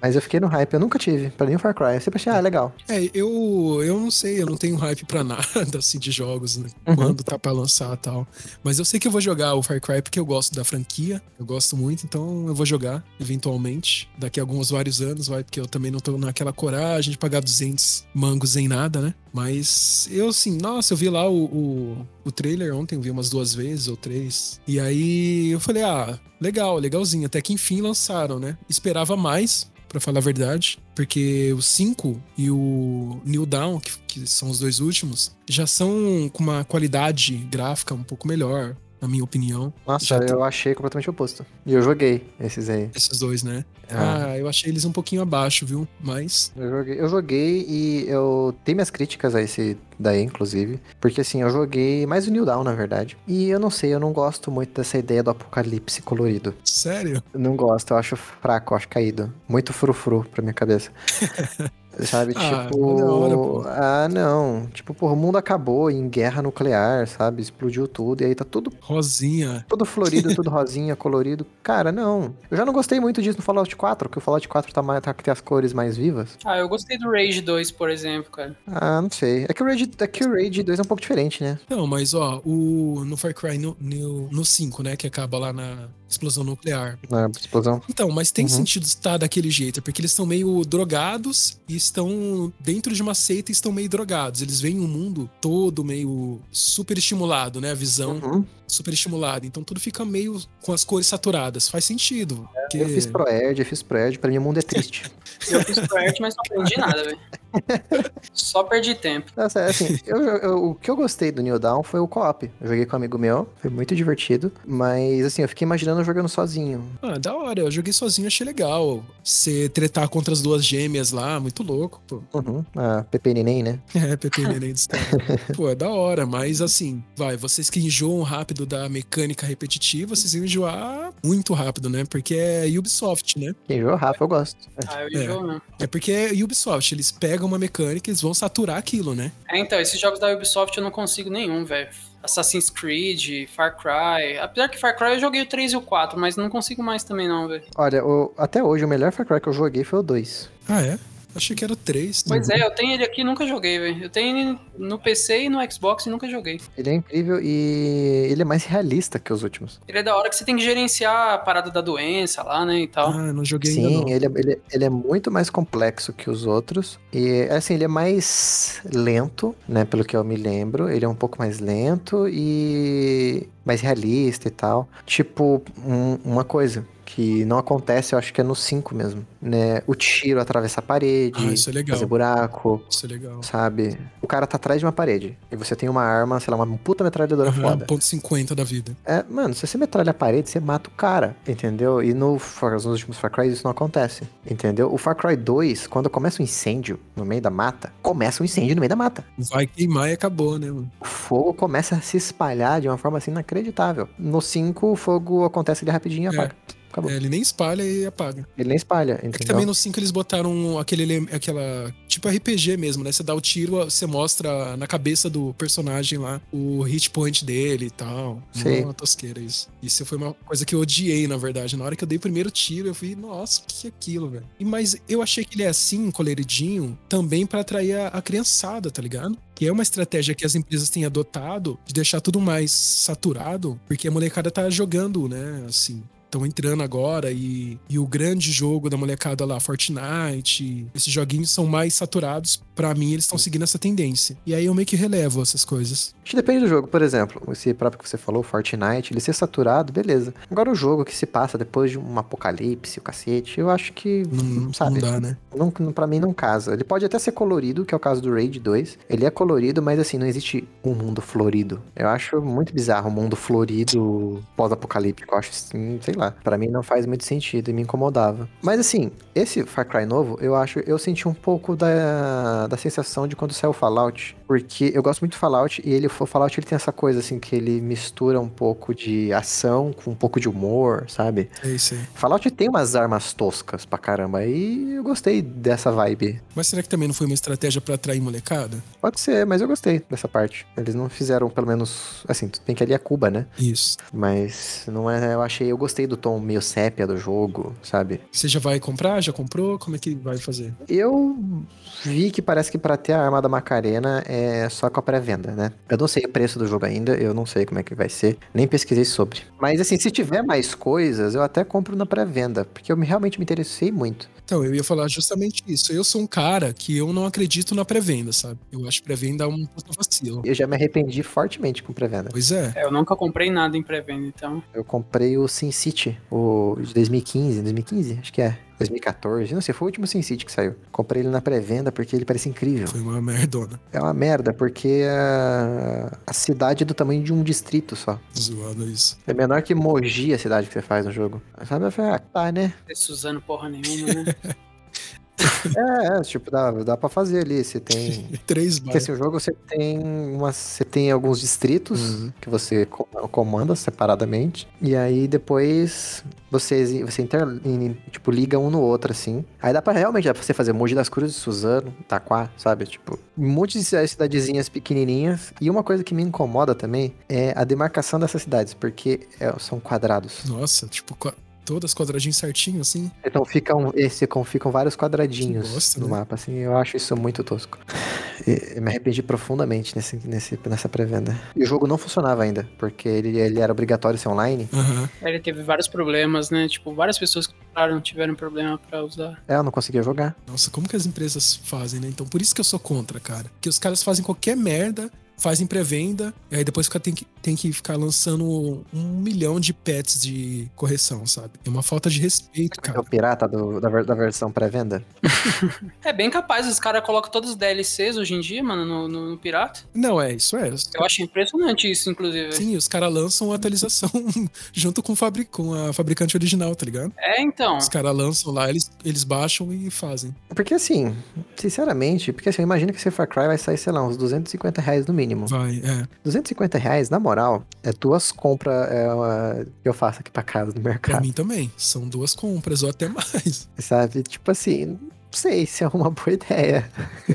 Mas eu fiquei no hype, eu nunca tive, pra nenhum Far Cry. Eu sempre achei, ah, legal.
É, eu, eu não sei, eu não tenho hype pra nada, assim, de jogos, né?
Uhum.
Quando tá pra lançar e tal. Mas eu sei que eu vou jogar o Far Cry porque eu gosto da franquia, eu gosto muito, então eu vou jogar, eventualmente. Daqui a alguns vários anos, vai, porque eu também não tô naquela coragem de pagar 200 mangos em nada, né? Mas eu, assim, nossa, eu vi lá o, o, o trailer ontem, eu vi umas duas vezes ou três. E aí eu falei, ah, legal, legalzinho. Até que enfim lançaram, né? Esperava mais, Pra falar a verdade, porque o 5 e o New Down, que, que são os dois últimos, já são com uma qualidade gráfica um pouco melhor, na minha opinião,
Nossa,
Já
eu achei completamente oposto. E eu joguei esses aí.
esses dois, né?
Ah.
Ah, eu achei eles um pouquinho abaixo, viu? Mas
Eu joguei, eu joguei e eu tenho minhas críticas a esse daí, inclusive. Porque assim, eu joguei mais o New Down, na verdade. E eu não sei, eu não gosto muito dessa ideia do apocalipse colorido.
sério?
Eu Não gosto, eu acho fraco, eu acho caído. Muito frufru pra minha cabeça. Sabe?
Ah,
tipo.
da hora, pô.
ah, não. Tipo, porra, o mundo acabou em guerra nuclear, sabe? Explodiu tudo e aí tá tudo.
Rosinha.
Tudo florido, tudo rosinha, colorido. Cara, não. Eu já não gostei muito disso no Fallout 4, que o Fallout 4 tá, mais, tá que tem as cores mais vivas.
Ah, eu gostei do Rage 2, por exemplo, cara.
Ah, não sei. É que o Raid, é que o Raid 2 é um pouco diferente, né?
Não, mas ó, o, no Far Cry no, no, no 5, né? Que acaba lá na explosão nuclear.
Na explosão.
Então, mas tem
Uhum.
sentido estar daquele jeito, porque eles estão meio drogados e estão dentro de uma seita e estão meio drogados. Eles veem o mundo todo meio super estimulado, né? A visão
Uhum.
super estimulada. Então tudo fica meio com as cores saturadas. Faz sentido. porque-
É, Eu fiz Proerd, eu fiz Proerd, pra mim o mundo é triste.
Eu fiz Squirt, mas não aprendi nada, velho. Só perdi tempo.
Não, sério, assim, eu- eu- o que eu gostei do New Dawn foi o co-op. Eu joguei com um amigo meu, foi muito divertido, mas assim, eu fiquei imaginando eu jogando sozinho.
Ah, da hora. Eu joguei sozinho, achei legal. Você tretar contra as duas gêmeas lá, muito louco, pô.
Uhum, a Pepe Neném, né?
É, Pepe Neném do Estado. Pô, é da hora, mas assim, vai, vocês que enjoam rápido da mecânica repetitiva, vocês iam enjoar muito rápido, né? Porque é Ubisoft, né?
Quem jogou Rafa, eu gosto.
Ah, eu enjoo, né?
É porque é Ubisoft, eles pegam uma mecânica e eles vão saturar aquilo, né?
É, então, esses jogos da Ubisoft eu não consigo nenhum, velho. Assassin's Creed, Far Cry. Apesar que Far Cry eu joguei o 3 e o 4, mas não consigo mais também, não, velho.
Olha, o- até hoje o melhor Far Cry que eu joguei foi o 2.
Ah, é? Achei que era tá. o 3.
Pois é, eu tenho ele aqui e nunca joguei, velho. Eu tenho ele no PC e no Xbox e nunca joguei.
Ele é incrível e ele é mais realista que os últimos.
Ele é da hora que você tem que gerenciar a parada da doença lá, né, e tal.
Ah, não joguei ainda
Sim,
não.
ele, é- ele, ele é muito mais complexo que os outros. E assim, ele é mais lento, né? Pelo que eu me lembro. Ele é um pouco mais lento e mais realista e tal. Tipo, um- uma coisa que não acontece, eu acho que é no 5 mesmo, né? O tiro atravessar a parede,
Ah, isso é legal.
fazer buraco.
Isso é legal.
Sabe? O cara tá atrás de uma parede. E você tem uma arma, sei lá, uma puta metralhadora
Aham,
é foda.
ponto 50 da vida.
É, mano, se você metralha a parede, você mata o cara, entendeu? E no, Far- nos últimos Far Cry isso não acontece, entendeu? O Far Cry 2, quando começa um incêndio no meio da mata, começa um incêndio no meio da mata.
Vai queimar e acabou, né, mano?
O fogo começa a se espalhar de uma forma assim inacreditável. No 5, o fogo acontece ali rapidinho e
É.
apaga. Acabou.
É, ele nem espalha e apaga.
Ele nem espalha,
É que
entendeu?
também no 5 eles botaram aquele, ele- aquela. Tipo RPG mesmo, né? Você dá o tiro, você mostra na cabeça do personagem lá o hit point dele e tal.
Sim.
Uma tosqueira isso. Isso foi uma coisa que eu odiei, na verdade. Na hora que eu dei o primeiro tiro, eu fui, nossa, o que é aquilo, velho? E, Mas eu achei que ele é assim, coloridinho, também pra atrair a, a criançada, tá ligado? Que é uma estratégia que as empresas têm adotado de deixar tudo mais saturado, porque a molecada tá jogando, né? Assim estão entrando agora e, e o grande jogo da molecada lá, Fortnite, esses joguinhos são mais saturados. Pra mim, eles estão seguindo essa tendência. E aí eu meio que relevo essas coisas.
Acho que depende do jogo, por exemplo, esse próprio que você falou, Fortnite, ele ser saturado, beleza. Agora o jogo que se passa depois de um apocalipse, o cacete, eu acho que,
Não, não
sabe,
dá, né?
Não, não- pra mim não casa. Ele pode até ser colorido, que é o caso do Raid 2. Ele é colorido, mas assim, não existe um mundo florido. Eu acho muito bizarro um mundo florido pós-apocalíptico. Eu acho assim, sei lá. Pra mim não faz muito sentido e me incomodava. Mas assim, esse Far Cry novo, eu acho, eu senti um pouco da, da sensação de quando saiu o Fallout. Porque eu gosto muito do Fallout e ele, o Fallout ele tem essa coisa assim que ele mistura um pouco de ação com um pouco de humor, sabe?
É isso aí.
Fallout tem umas armas toscas pra caramba, e eu gostei dessa vibe.
Mas será que também não foi uma estratégia pra atrair molecada?
Pode ser, mas eu gostei dessa parte. Eles não fizeram, pelo menos, assim, tudo bem que ali é Cuba, né?
Isso.
Mas não é, eu achei, eu gostei do tom meio sépia do jogo, sabe?
Você já vai comprar? Já comprou? Como é que vai fazer?
Eu vi que parece que pra ter a arma da Macarena é só com a pré-venda, né? Eu não sei o preço do jogo ainda, eu não sei como é que vai ser, nem pesquisei sobre. Mas assim, se tiver mais coisas, eu até compro na pré-venda, porque eu me- realmente me interessei muito.
Então, eu ia falar justamente isso. Eu sou um cara que eu não acredito na pré-venda, sabe? Eu acho pré-venda um puta vacilo.
Eu já me arrependi fortemente com pré-venda.
Pois é.
É, eu nunca comprei nada em pré-venda, então.
Eu comprei o Sin City, o de 2015, 2015, acho que é. 2014, não sei, foi o último Sin City que saiu. Comprei ele na pré-venda porque ele parece incrível.
Foi uma merdona.
É uma merda, porque a, a cidade é do tamanho de um distrito só.
Zoado isso.
É menor que Mogi a cidade que você faz no jogo. Sabe, eu falei, ah, tá, né?
Não sei se usando porra nenhuma, né?
É, é, tipo, dá, dá pra fazer ali. Você tem.
Três
Porque
bairros.
assim, o jogo você tem umas, você tem alguns distritos
Uhum.
que você co- comanda separadamente. E aí depois vocês você inter, in- tipo, liga um no outro, assim. Aí dá pra realmente dá pra você fazer Mogi das Cruzes, Suzano, Taquá, sabe? Tipo, um monte de cidades- cidadezinhas pequenininhas. E uma coisa que me incomoda também é a demarcação dessas cidades, porque é, são quadrados.
Nossa, tipo, qua- todas quadradinhas certinho, assim.
Então ficam, esse, com- ficam vários quadradinhos
Que bosta,
no
né?
mapa, assim, eu acho isso muito tosco. E- eu me arrependi profundamente nesse, nesse, nessa pré-venda. E o jogo não funcionava ainda, porque ele, ele era obrigatório ser online.
Aham.
Ele teve vários problemas, né? Tipo, várias pessoas que compraram tiveram problema pra usar.
É, eu não conseguia jogar.
Nossa, como que as empresas fazem, né? Então, por isso que eu sou contra, cara. Que os caras fazem qualquer merda, fazem pré-venda, e aí depois fica- tem que, tem que ficar lançando um milhão de pets de correção, sabe? É uma falta de respeito,
É o
cara.
pirata do- da, ver- da versão pré-venda.
É bem capaz, os caras colocam todos os DLCs hoje em dia, mano, no, no- no Pirata.
Não, é, isso é.
Eu acho impressionante isso, inclusive.
Sim, os caras lançam a atualização junto com, o fabri- com a fabricante original, tá ligado?
É, então.
Os caras lançam lá, eles, eles baixam e fazem.
Porque assim, sinceramente, porque assim, eu imagino que esse Far Cry vai sair, sei lá, uns 250 reais no mínimo.
Vai, é.
250 reais, na moral, é duas compras é, uma- que eu faço aqui pra casa no
Pra
mercado.
mim também. São duas compras ou até mais.
Sabe? Tipo assim, não sei se é uma boa ideia.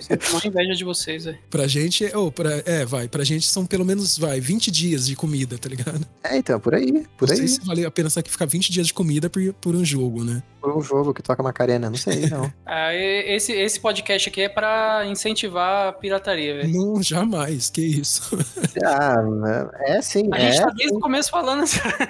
Eu tenho uma inveja de vocês, velho.
Pra gente, é- ou pra, é, vai, pra gente são pelo menos, vai, 20 dias de comida, tá ligado?
É, então, por aí, por
não
aí.
sei se vale a pena só que ficar 20 dias de comida por, por um jogo, né?
Por um jogo que toca Macarena, não sei, não.
Ah, e- esse, esse podcast aqui é pra incentivar a pirataria,
É.
velho.
Não, jamais, que isso.
ah, é sim,
A
é.
gente tá desde o começo falando sobre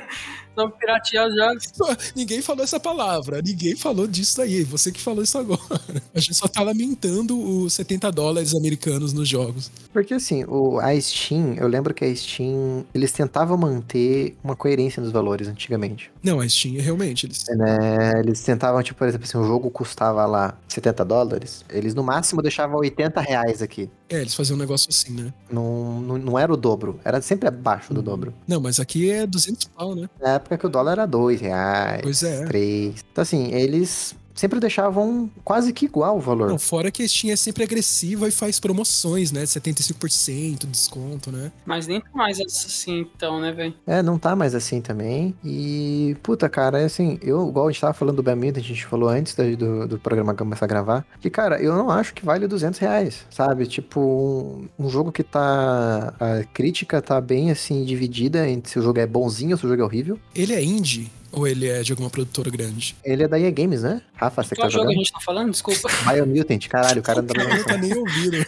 piratear os jogos.
ninguém falou essa palavra, ninguém falou disso daí, você que falou isso agora. A gente só tá lamentando os 70 dólares americanos nos jogos.
Porque assim, o, a Steam, eu lembro que a Steam, eles tentavam manter uma coerência nos valores antigamente.
Não, a Steam, realmente, eles...
né? Eles tentavam, tipo, por exemplo, assim, o jogo custava lá 70 dólares, eles no máximo deixavam 80 reais aqui.
É, eles faziam um negócio assim, né?
Não, não, não era o dobro, era sempre abaixo do
Uhum.
dobro.
Não, mas aqui é 200 pau, né?
Na época que o dólar era 2 reais,
Pois é.
3. Então assim, eles sempre deixavam quase que igual o valor.
Não, fora que a Steam é sempre agressiva e faz promoções, né? 75% de desconto, né?
Mas nem tá mais assim, então, né, velho?
É, não tá mais assim também. E, puta, cara, é assim, eu, igual a gente tava falando do Badminton, a gente falou antes da- do, do programa começar a gravar, que, cara, eu não acho que vale 200 reais, sabe? Tipo, um, um jogo que tá. A crítica tá bem, assim, dividida entre se o jogo é bonzinho ou se o jogo é horrível.
Ele é indie ou ele é de alguma produtora grande?
Ele é da EA Games, né? Rafa, você que tá
Qual jogo a
jogando?
gente tá falando? Desculpa.
Biomutant, caralho, o cara não tá
Eu não tá nem ouvindo.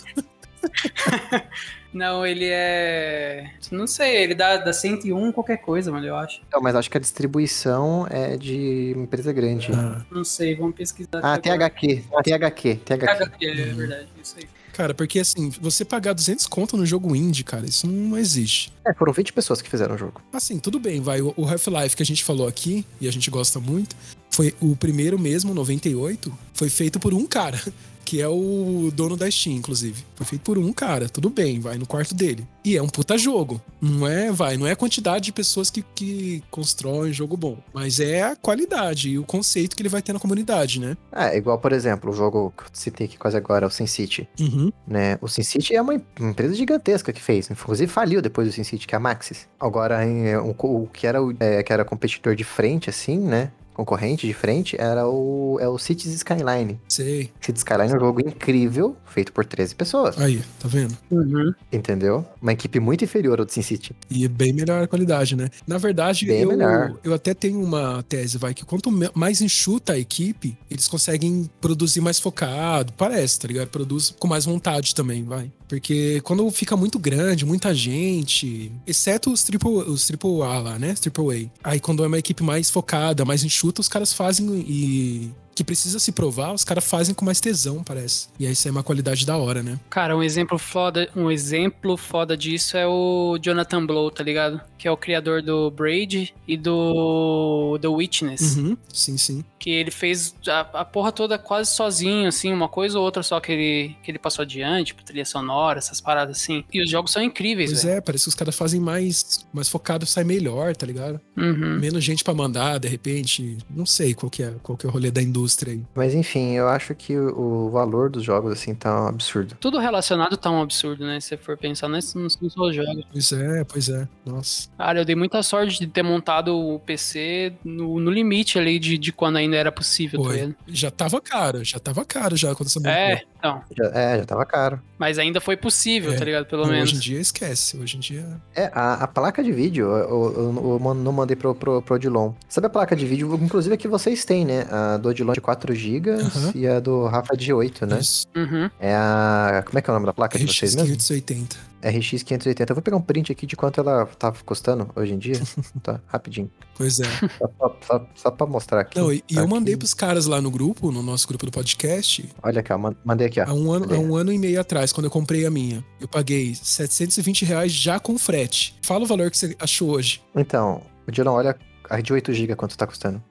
Não, ele é. Não sei, ele dá, dá 101 qualquer coisa, mano, eu acho.
Não, mas acho que a distribuição é de uma empresa grande.
Ah,
Não sei, vamos pesquisar.
Ah,
aqui agora.
THQ, THQ, THQ.
HQ, é verdade, isso aí.
cara, porque assim, você pagar 200 conto no jogo indie, cara, isso não existe.
É, foram 20 pessoas que fizeram o jogo.
Assim, tudo bem, vai. O o Half-Life que a gente falou aqui, e a gente gosta muito, foi o primeiro mesmo, 98, foi feito por um cara, que é o dono da Steam, inclusive. Foi feito por um cara, tudo bem, vai no quarto dele. E é um puta jogo. Não é, vai, não é a quantidade de pessoas que, que constroem jogo bom, mas é a qualidade e o conceito que ele vai ter na comunidade, né?
É, igual, por exemplo, o jogo que eu citei aqui quase agora, o SimCity,
Uhum.
né? O SimCity é uma em- uma empresa gigantesca que fez, inclusive faliu depois do SimCity, que é a Maxis. Agora, em, é, um co- o que era, o- é, que era competidor de frente, assim, né? Concorrente de frente, era o, é o Cities Skyline.
Sei.
Cities Skyline é um jogo incrível, feito por 13 pessoas,
Aí, tá vendo?
Uhum. entendeu? Uma equipe muito inferior ao do SimCity.
E é bem melhor a qualidade, né? Na verdade,
Bem
eu,
melhor.
eu até tenho uma tese, vai, que quanto me- mais enxuta a equipe, eles conseguem produzir mais focado, parece, tá ligado? Produz com mais vontade também, vai. Porque quando fica muito grande, muita gente, exceto os triple, os triple A lá, né? Os triple A. Aí quando é uma equipe mais focada, mais enxuta, os caras fazem e... Que precisa se provar, os caras fazem com mais tesão, parece. E aí isso é uma qualidade da hora, né?
Cara, um exemplo foda, um exemplo foda disso é o Jonathan Blow, tá ligado? Que é o criador do Braid e do The Witness.
Uhum. Sim, sim.
Que ele fez a, a porra toda quase sozinho, assim, uma coisa ou outra só que ele, que ele passou adiante, tipo, trilha sonora, essas paradas assim. E os jogos são incríveis,
Pois
velho.
é, parece que os caras fazem mais, mais focado, sai melhor, tá ligado?
Uhum.
Menos gente pra mandar, de repente. Não sei qual que é, qual que é o rolê da indústria aí.
Mas enfim, eu acho que o o valor dos jogos, assim, tá um absurdo.
Tudo relacionado tá um absurdo, né? Se você for pensar, não são só jogos.
Pois é, pois é. Nossa.
Cara, eu dei muita sorte de ter montado o PC no, no limite ali de, de quando ainda era possível, tá
Foi.
ligado?
Já tava caro, já tava caro já quando essa
É, então.
Já- é, já tava caro.
Mas ainda foi possível,
É,
tá ligado? Pelo
Não,
menos.
Hoje em dia esquece. Hoje em dia.
É, a, a placa de vídeo, eu, eu- eu man- não mandei pro, pro, pro Odilon. Sabe a placa de vídeo, inclusive a que vocês têm, né? A do Odilon é de 4 GB
Aham.
e a do Rafa é de 8, né?
Isso.
Uhum.
É a. Como é que é o nome da placa de vocês
RX
mesmo?
580.
RX 580. Eu vou pegar um print aqui de quanto ela tá custando hoje em dia. tá, rapidinho.
Pois é.
Só, pra- só, só pra mostrar aqui.
Não, e, e eu
Tá Aqui.
mandei pros caras lá no grupo, no nosso grupo do podcast,
Olha aqui, ó. man- Mandei aqui, ó.
há um ano, há
Beleza.
um ano e meio atrás, quando eu comprei a minha. Eu paguei R$ 720 reais já com frete. Fala o valor que você achou hoje.
Então, Odilon, olha a de 8 GB quanto tá custando.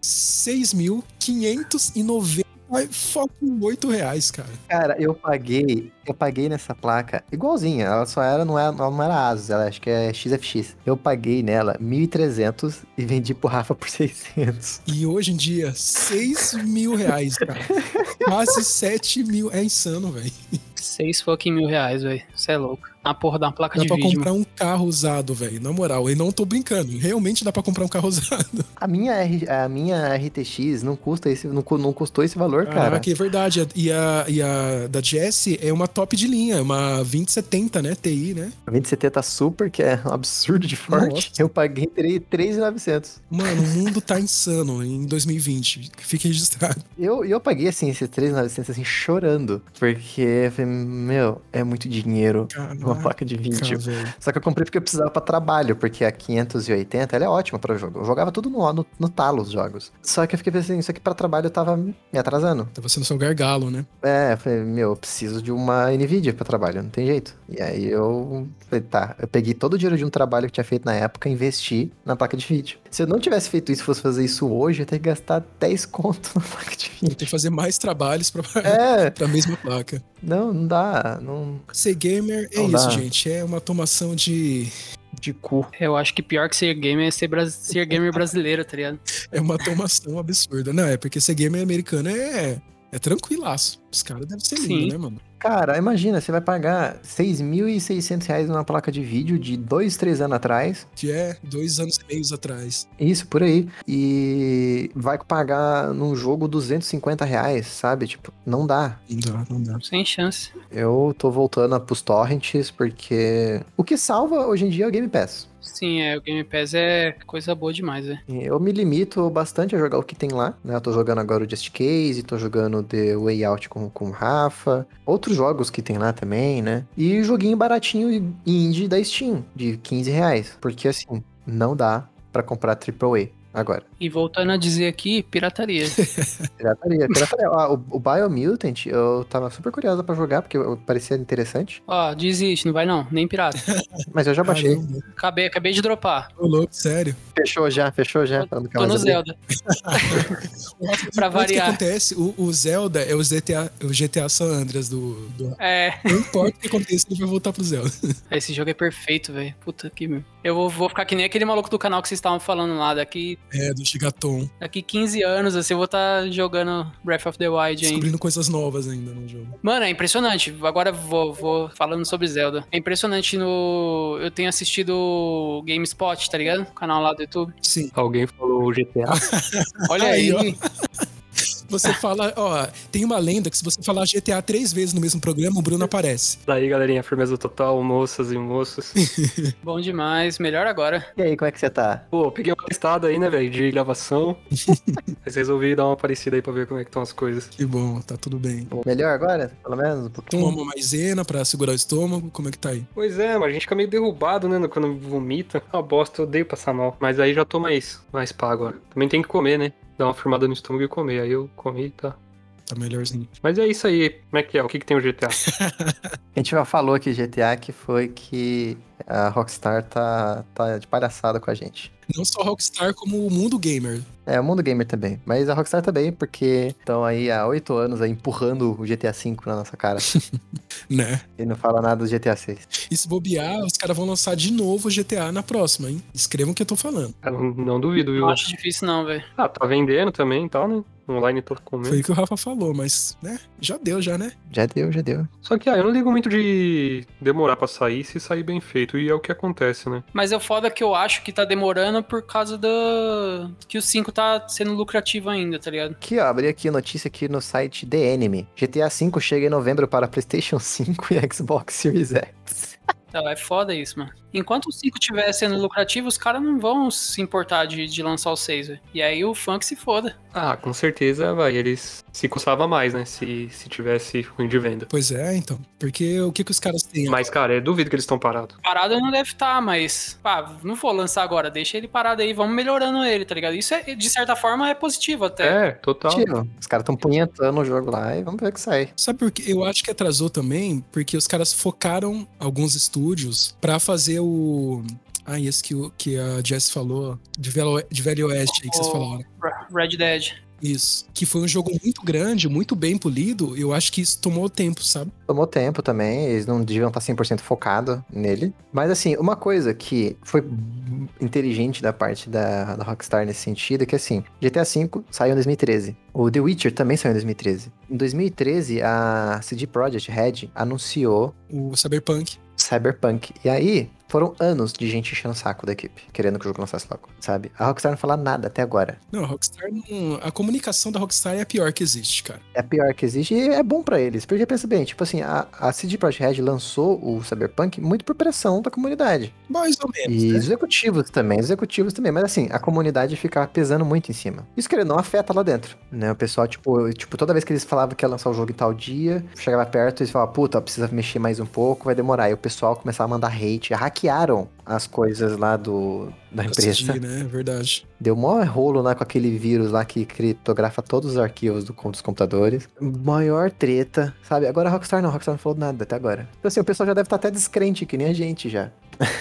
6.590 fucking 8 reais, cara.
Cara, eu paguei, eu paguei nessa placa igualzinha, ela só era, não era, ela não era Asus, ela acho que é XFX. Eu paguei nela 1.300 e vendi pro Rafa por 600.
E hoje em dia, 6 mil reais, cara. Quase 7 mil. É insano, velho.
Seis fucking mil reais, velho. Você é louco. Na porra da placa
Dá
de
pra
vídeo. mano.
comprar um carro usado, velho. Na moral, e não tô brincando. Realmente dá pra comprar um carro usado.
A minha, R- a minha RTX não custa esse, não, cu- não custou esse valor, cara.
Caraca, é verdade. E a, e a da Jesse é uma top de linha, uma 2070, né? TI, né?
A 2070 Super, que é um absurdo de forte,
Nossa.
eu paguei 3- 3.900.
Mano, o mundo tá insano em 2020. Fique registrado.
Eu, eu paguei, assim, esses 3.900, assim, chorando, porque eu falei, meu, é muito dinheiro uma
Caraca,
placa de vídeo.
velho.
Só que eu comprei porque eu precisava pra trabalho, porque a 580 ela é ótima pra jogo. Eu jogava tudo no, no, no talo os jogos. Só que eu fiquei pensando, isso aqui pra trabalho eu tava me atrasando.
Tava sendo seu gargalo, né?
É, eu falei, meu, eu preciso de uma Nvidia pra trabalho, não tem jeito. E aí eu falei, tá, eu peguei todo o dinheiro de um trabalho que eu tinha feito na época e investi na placa de vídeo. Se eu não tivesse feito isso, fosse fazer isso hoje, eu ia ter que gastar 10 conto na placa de
Tem
vídeo.
que fazer mais trabalhos pra,
É,
pra mesma placa.
não, não dá, não,
Ser gamer é
Não
isso,
dá.
gente. É uma tomação de.
de cu.
Eu acho que pior que ser gamer é ser, bras- ser gamer brasileiro, tá ligado?
É uma tomação absurda. Não, é porque ser gamer americano é. É tranquilaço. Os caras devem ser
Sim.
lindos, né, mano?
Cara, imagina, você vai pagar 6.600 reais numa placa de vídeo de dois, três anos atrás,
Que é dois anos e meio atrás.
isso por aí, e vai pagar num jogo 250 reais, sabe? Tipo, não dá.
Não dá, não dá.
Sem chance.
Eu tô voltando pros torrents, porque o que salva hoje em dia é o Game Pass.
Sim, é, o Game Pass é coisa boa demais, velho.
Eu me limito bastante a jogar o que tem lá, né? Eu tô jogando agora o Just Case, tô jogando The Way Out com, com o Rafa, outros jogos que tem lá também, né? E joguinho baratinho e indie da Steam, de 15 reais. Porque assim, não dá pra comprar AAA agora.
E voltando a dizer aqui, pirataria.
Pirataria, pirataria. Ah, o, o Biomutant, eu tava super curiosa pra jogar, porque eu- parecia interessante,
Ó, desiste, não vai não, nem pirata.
mas eu já baixei.
Caramba,
Acabei, acabei de dropar.
Ô, louco, sério.
Fechou já, fechou já. é pra não ficar
Tô no
mais ali.
Zelda. Pra
Mas o que
variar.
acontece? O, o Zelda é o GTA, o GTA San Andreas do, do-
É,
Não importa o que aconteça, ele vai voltar pro Zelda.
esse jogo é perfeito, velho. Puta que. Eu vou, vou ficar que nem aquele maluco do canal que vocês estavam falando lá. Daqui,
É, do Gigaton.
daqui 15 anos, assim, eu vou estar jogando Breath of the Wild ainda.
Descobrindo coisas novas ainda no jogo.
Mano, é impressionante. Agora vou, vou falando sobre Zelda. É impressionante no. Eu tenho assistido o GameSpot, tá ligado? O canal lá do YouTube.
Sim.
Alguém falou GTA.
Olha
Aí,
aí.
ó. Você fala, ó, tem uma lenda que se você falar GTA três vezes no mesmo programa, o Bruno aparece.
Daí, Tá galerinha, firmeza total, moças e moços.
Bom demais. Melhor agora.
E aí, como é que você tá?
Pô, peguei uma testada aí, né, velho, de gravação. Mas resolvi dar uma parecida aí pra ver como é que estão as coisas.
Que bom, tá tudo bem.
Melhor agora? Pelo menos um pouquinho?
Toma Então, uma maisena pra segurar o estômago, como é que tá aí?
Pois é, mas a gente fica meio derrubado, né, quando vomita. Ah, bosta, eu odeio passar mal. Mas aí já tô mais, mais pá agora. Também tem que comer, né? Dar uma firmada no estômago e comer. Aí eu comi, tá.
Tá melhorzinho.
Mas é isso aí. Como é que é? O que, que tem o GTA?
A gente já falou aqui de GTA que foi que a Rockstar tá, tá de palhaçada com a gente.
Não só Rockstar, como o mundo gamer.
É, o mundo gamer também. Mas a Rockstar também, porque estão aí há oito anos aí empurrando o GTA V na nossa cara.
Né?
e não fala nada do GTA VI.
E se bobear, os caras vão lançar de novo o GTA na próxima, hein? Escrevam o que eu tô falando.
Eu não, não duvido, viu?
Não acho difícil, não, velho.
Ah, tá vendendo também e tal, né? Online todo comendo.
Foi o que o Rafa falou, mas, né? Já deu, já, né?
Já deu, já deu.
Só que, ah, eu não ligo muito de demorar pra sair se sair bem feito. E é o que acontece, né?
Mas é o foda que eu acho que tá demorando por causa da. que o 5 tá sendo lucrativo ainda, tá ligado?
Aqui, ó, abri aqui a notícia aqui no site The Enemy. GTA V chega em novembro para PlayStation 5 e Xbox Series X.
Então, é foda isso, mano. Enquanto o 5 tiver sendo lucrativo, os caras não vão se importar de, de lançar o 6, velho. E aí o funk se foda.
Ah, com certeza, vai. Eles se coçavam mais, né? Se, se tivesse ruim de venda.
Pois é, então. Porque o que, que os caras têm?
Mas, cara, eu duvido que eles estão parados.
Parado não deve estar, mas. Pá, não vou lançar agora, deixa ele parado aí, vamos melhorando ele, tá ligado? Isso, é, de certa forma, é positivo até.
É, total.
Tiro. Os caras estão punhetando o jogo lá e vamos ver o que sai.
Sabe por quê? Eu acho que atrasou também, porque os caras focaram alguns estúdios pra fazer o. Ah, esse que, o- que a Jess falou, de Velho, de Velho Oeste aí que vocês
Oh.
falaram.
Red Dead.
Isso. Que foi um jogo muito grande, muito bem polido. Eu acho que isso tomou tempo, sabe?
Tomou tempo também, eles não deviam estar 100% focado nele. Mas assim, uma coisa que foi inteligente da parte da, da Rockstar nesse sentido é que assim, GTA V saiu em 2013. O The Witcher também saiu em 2013. Em 2013, a CD Projekt Red anunciou
O Cyberpunk.
Cyberpunk. E aí, foram anos de gente enchendo o saco da equipe, querendo que o jogo lançasse logo, sabe? A Rockstar não fala nada até agora.
Não, a Rockstar não... A comunicação da Rockstar é a pior que existe, cara.
É a pior que existe e é bom pra eles. Porque pensa bem, tipo assim, a, a CD Projekt Red lançou o Cyberpunk muito por pressão da comunidade.
Mais ou menos,
E
né?
executivos também, executivos também. Mas assim, a comunidade fica pesando muito em cima. Isso que ele não afeta lá dentro, né? O pessoal, tipo, tipo, toda vez que eles falavam que ia lançar o jogo em tal dia, chegava perto e falava, puta, precisa mexer mais um pouco, vai demorar. E o pessoal começava a mandar hate, hackearam as coisas lá do, da empresa.
SG, né? Verdade.
Deu maior rolo lá com aquele vírus lá que criptografa todos os arquivos do, dos computadores. Maior treta, sabe? Agora a Rockstar não, a Rockstar não falou nada até agora. Então assim, o pessoal já deve estar até descrente, que nem a gente já.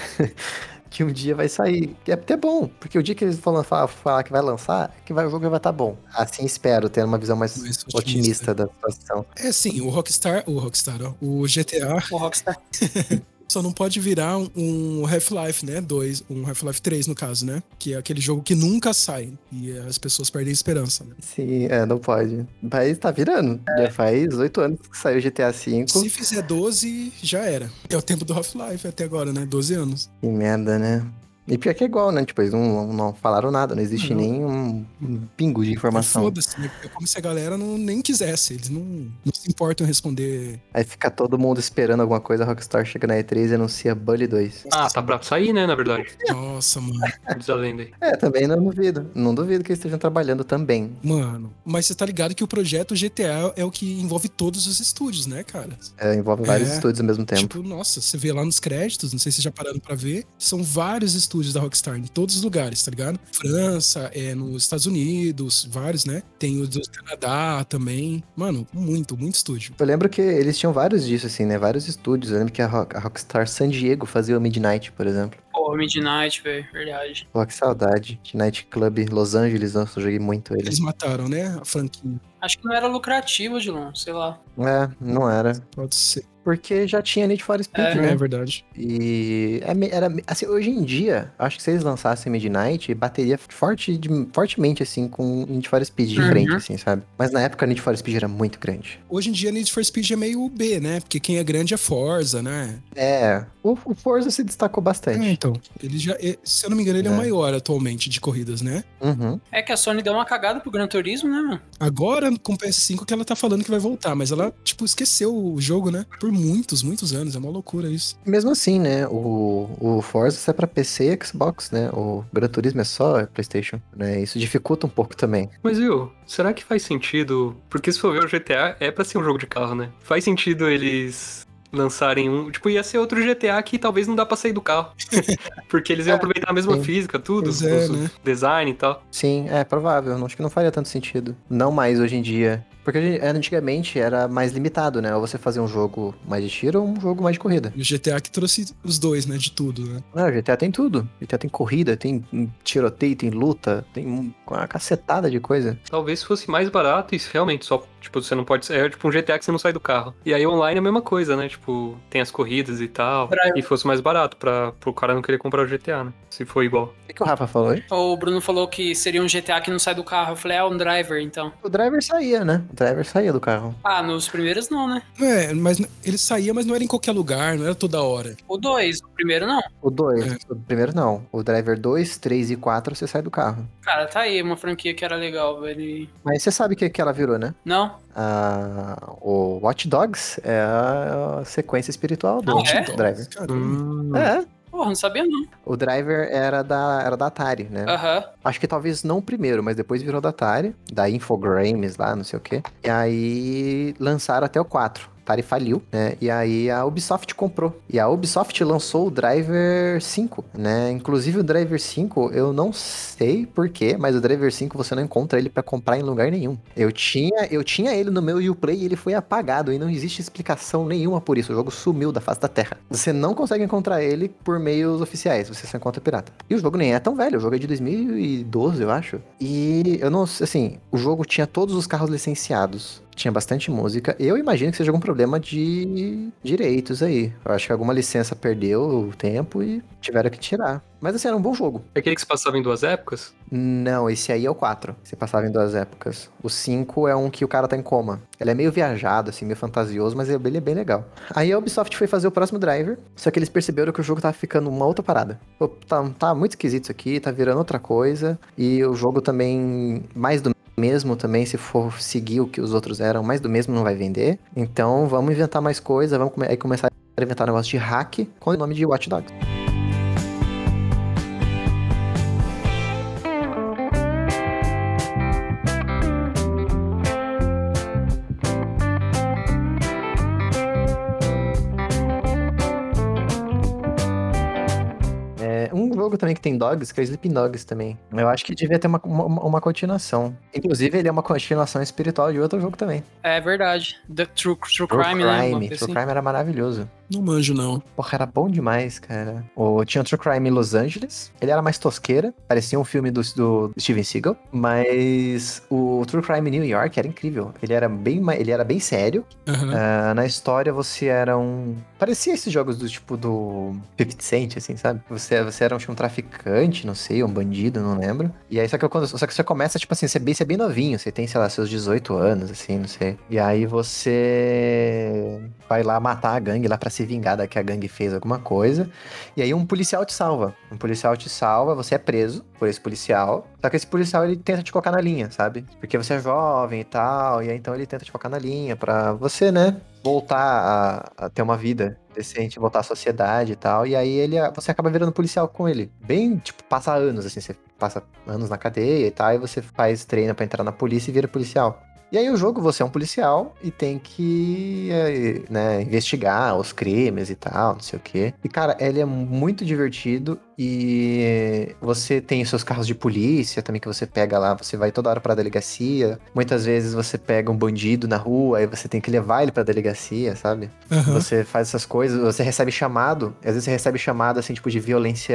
que um dia vai sair. Que É até bom, porque o dia que eles vão lançar, falar que vai lançar, é que vai, o jogo já vai estar bom. Assim espero, tendo uma visão mais
Mais otimista.
otimista da situação.
É sim, o Rockstar, o Rockstar, ó, o GTA
O Rockstar.
só não pode virar um, um Half-Life, né? Dois, um Half-Life 3, no caso, né? Que é aquele jogo que nunca sai e as pessoas perdem a esperança, né?
Sim, é, não pode. Mas tá virando. Já faz oito anos que saiu o GTA V.
Se fizer 12, já era. É o tempo do Half-Life até agora, né? 12 anos.
Que merda, né? E pior que é igual, né? Tipo, eles não, não falaram nada, não existe
Não.
nem um, um pingo de informação.
Foda-se, né? É como se a galera não, nem quisesse. Eles não, não se importam em responder.
Aí fica todo mundo esperando alguma coisa, a Rockstar chega na E3 e anuncia Bully 2.
Ah, tá pra sair, né, na verdade.
Nossa, mano.
Diz a lenda aí.
É, também não duvido. Não duvido que eles estejam trabalhando também.
Mano. Mas você tá ligado que o projeto GTA é o que envolve todos os estúdios, né, cara?
É, envolve vários
É.
estúdios ao mesmo tempo.
Tipo, nossa, você vê lá nos créditos, não sei se vocês já pararam pra ver, são vários estúdios da Rockstar em todos os lugares, tá ligado? França, é, nos Estados Unidos, vários, né? Tem o do Canadá também. Mano, muito, muito estúdio.
Eu lembro que eles tinham vários disso, assim, né? Vários estúdios. Eu lembro que a, Rock- a Rockstar San Diego fazia o Midnight, por exemplo.
Pô, Midnight, velho. Verdade.
Pô, que saudade. Midnight Club Los Angeles, nossa, eu joguei muito ele.
Eles mataram, né? A franquia.
Acho que não era lucrativo, Dilon. Sei lá.
É, não era.
Pode ser.
Porque já tinha Need for Speed,
É.
né?
É verdade.
E é me- era assim, hoje em dia, acho que se eles lançassem Midnight, bateria forte, de- fortemente assim com Need for Speed de
Uhum.
frente, assim, sabe? Mas na época Need for Speed era muito grande.
Hoje em dia, Need for Speed é meio B, né? Porque quem é grande é Forza, né?
É, o, o Forza se destacou
É,
bastante.
então. Ele já, é- se eu não me engano, ele é.
É.
o maior atualmente de corridas, né?
Uhum.
É que a Sony deu uma cagada pro Gran Turismo, né, mano?
Agora com o PS5 que ela tá falando que vai voltar, mas ela, tipo, esqueceu o jogo, né? Por muitos, muitos anos. É uma loucura isso.
Mesmo assim, né, o, o Forza sai pra PC e Xbox, né? O Gran Turismo é só PlayStation, né? Isso dificulta um pouco também.
Mas viu, será que faz sentido? Porque se for ver o GTA, é pra ser um jogo de carro, né? Faz sentido eles lançarem um. Tipo, ia ser outro GTA que talvez não dá pra sair do carro. Porque eles iam aproveitar a mesma
sim.
física, tudo,
É, Pois é,
o
né?
design e tal.
Sim, é provável. Acho que não faria tanto sentido. Não mais hoje em dia. Porque antigamente era mais limitado, né? Ou você fazia um jogo mais de tiro ou um jogo mais de corrida.
E o GTA que trouxe os dois, né? De tudo, né?
Não, GTA tem tudo. GTA tem corrida, tem tiroteio, tem luta, tem um- uma cacetada de coisa.
Talvez fosse mais barato e realmente só, tipo, você não pode. É tipo um GTA que você não sai do carro. E aí online é a mesma coisa, né? Tipo, tem as corridas e tal.
Pra-
E fosse mais barato pra, pro cara não querer comprar o GTA, né? Se for igual.
O que, que o Rafa falou aí?
O Bruno falou que seria um GTA que não sai do carro. Eu falei, é um driver, então.
O driver saía, né? O driver saía do carro.
Ah, nos primeiros não, né?
É, mas n- ele saía, mas não era em qualquer lugar, não era toda hora.
O dois, o primeiro não.
O 2, É. o primeiro não. O driver 2, 3 e 4 você sai do carro.
Cara, tá aí uma franquia que era legal, velho.
Mas você sabe o que, que ela virou, né?
Não?
Ah, o Watch Dogs é a sequência espiritual do
Ah, é?
Driver.
Caramba.
Hum.
É,
Porra, não sabia não.
o Driver era da, era da Atari, né?
Aham.
Acho que talvez não o primeiro, mas depois virou da Atari, da Infogrames lá, não sei o quê. E aí lançaram até o 4. A Atari faliu, né? E aí a Ubisoft comprou. E a Ubisoft lançou o Driver 5, né? Inclusive o Driver 5, eu não sei porquê, mas o Driver 5 você não encontra ele pra comprar em lugar nenhum. Eu tinha, eu tinha ele no meu Uplay e ele foi apagado e não existe explicação nenhuma por isso. O jogo sumiu da face da Terra. Você não consegue encontrar ele por meios oficiais, você só encontra pirata. E o jogo nem é tão velho, o jogo é de 2012, eu acho. E eu não, sei, assim, o jogo tinha todos os carros licenciados. Tinha bastante música. Eu imagino que seja algum problema de direitos aí. Eu acho que alguma licença perdeu o tempo e tiveram que tirar. Mas assim, era um bom jogo.
É aquele que se passava em duas épocas?
Não, esse aí é o 4. Você passava em duas épocas. O 5 é um que o cara tá em coma. Ele é meio viajado, assim, meio fantasioso, mas ele é bem legal. Aí a Ubisoft foi fazer o próximo driver, só que eles perceberam que o jogo tava ficando uma outra parada. Pô, tá, tá muito esquisito isso aqui, tá virando outra coisa. E o jogo também, mais do mesmo também, se for seguir o que os outros eram, mais do mesmo não vai vender. Então vamos inventar mais coisa, vamos come- aí começar a inventar um negócio de hack com o nome de Watch Dogs. É, um jogo também que tem dogs, que é Sleeping Dogs também. Eu acho que devia ter uma, uma, uma continuação. Inclusive, ele é uma continuação espiritual de outro jogo também.
É verdade. The True,
True
true, crime, né? Uma
Crime.
coisa
True
assim.
Crime era maravilhoso.
Não manjo, não.
Porra, era bom demais, cara. O, tinha o True Crime em Los Angeles. Ele era mais tosqueira. Parecia um filme do, do Steven Seagal. Mas o True Crime em New York era incrível. Ele era bem, ma- ele era bem sério.
Aham.
Ah, na história você era um. Parecia esses jogos do tipo do 50 Cent, assim, sabe? Você, você era um, tipo, um traficante, não sei, um bandido, não lembro. E aí, só que, quando, só que você começa, tipo assim, você é, bem, você é bem novinho, você tem, sei lá, seus 18 anos, assim, não sei. E aí você vai lá matar a gangue lá pra se vingar da que a gangue fez alguma coisa. E aí um policial te salva. Um policial te salva, você é preso por esse policial. Só que esse policial ele tenta te colocar na linha, sabe? Porque você é jovem e tal, e aí então ele tenta te colocar na linha pra você, né, voltar a, a ter uma vida decente, voltar à sociedade e tal. E aí ele você acaba virando policial com ele. Bem, tipo, passa anos assim, você passa anos na cadeia e tal, e você faz treino pra entrar na polícia e vira policial. E aí o jogo, você é um policial e tem que eh, né, investigar os crimes e tal, não sei o quê. E, cara, ele é muito divertido e você tem os seus carros de polícia também que você pega lá, você vai toda hora pra delegacia. Muitas vezes você pega um bandido na rua e você tem que levar ele pra delegacia, sabe?
Aham.
Você faz essas coisas, você recebe chamado. Às vezes você recebe chamado, assim, tipo, de violência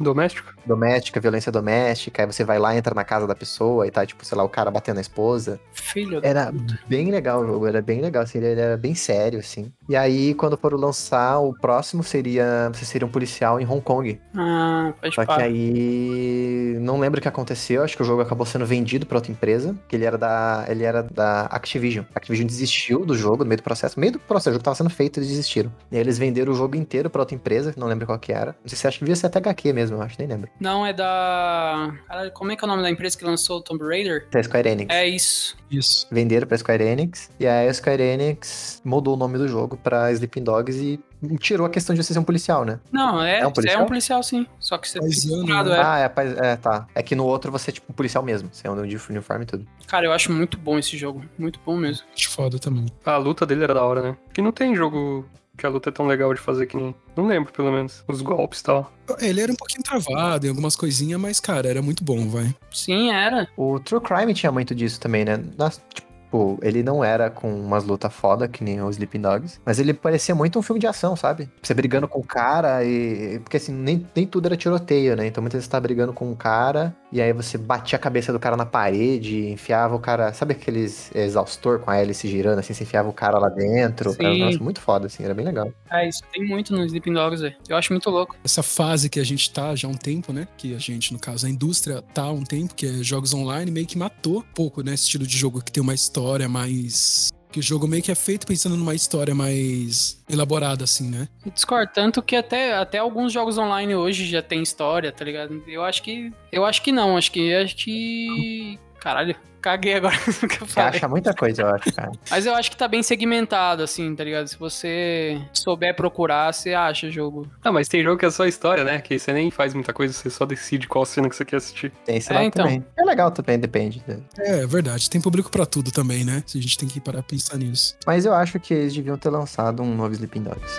Doméstico?
doméstica, violência doméstica. Aí você vai lá, entra na casa da pessoa e tá, tipo, sei lá, o cara batendo na esposa.
Filho da
Era bem legal o jogo, era bem legal, assim, ele ele era bem sério, assim. E aí, quando foram lançar, o próximo seria. Você seria um policial em Hong Kong.
Ah, pode
Só que
parar.
aí. Não lembro o que aconteceu, acho que o jogo acabou sendo vendido pra outra empresa, que ele era da. Ele era da Activision. A Activision desistiu do jogo no meio do processo. No meio do processo, o jogo tava sendo feito, eles desistiram. E aí eles venderam o jogo inteiro pra outra empresa, que não lembro qual que era. Não sei se acho que devia ser até HQ mesmo, eu acho, nem lembro.
Não, é da. Caralho, como é que é o nome da empresa que lançou o Tomb Raider?
Da Square Enix.
É isso.
Isso.
venderam pra Square Enix, e aí a Square Enix mudou o nome do jogo pra Sleeping Dogs e tirou a questão de você ser um policial, né?
Não, é,
É um
você
policial?
é um policial, sim. Só que você
Mas eu não.
filtrado, é.
Ah, é, paz- é, tá. É que no outro você é tipo um policial mesmo, você anda de uniforme e tudo.
Cara, eu acho muito bom esse jogo. Muito bom mesmo.
Acho foda também.
A luta dele era da hora, né? Que não tem jogo que a luta é tão legal de fazer que nem. Não lembro, pelo menos. Os golpes e tal.
Ele era um pouquinho travado em algumas coisinhas, mas, cara, era muito bom, vai.
Sim, era.
O True Crime tinha muito disso também, né? Nas- tipo, Tipo, ele não era com umas lutas foda, que nem o Sleeping Dogs, mas ele parecia muito um filme de ação, sabe? Você brigando com o cara e. Porque assim, nem, nem tudo era tiroteio, né? Então muitas vezes você tá brigando com um cara e aí você batia a cabeça do cara na parede, enfiava o cara. Sabe aqueles exaustor com a hélice girando, assim, você enfiava o cara lá dentro. Era um
Sim.
negócio muito foda, assim, era bem legal.
É, isso tem muito no Sleeping Dogs, velho. Eu acho muito louco.
Essa fase que a gente tá já há um tempo, né? Que a gente, no caso, a indústria tá há um tempo, que é jogos online, meio que matou um pouco, né? Esse estilo de jogo que tem uma história mais. Que o jogo meio que é feito pensando numa história mais elaborada, assim, né?
Eu Discordo, tanto que até, até alguns jogos online hoje já tem história, tá ligado? Eu acho que. Eu acho que não, acho que. Acho que. Caralho, caguei agora no que eu
Você
falei.
acha muita coisa, eu acho, cara.
Mas eu acho que tá bem segmentado, assim, tá ligado? Se você souber procurar, você acha jogo.
Ah, mas tem jogo que é só história, né? Que você nem faz muita coisa, você só decide qual cena que você quer assistir.
Tem esse
É,
lado
então.
também. É legal também, depende. né?
É, é verdade. Tem público pra tudo também, né? A gente tem que parar pra pensar nisso.
Mas eu acho que eles deviam ter lançado um novo Sleeping Dogs.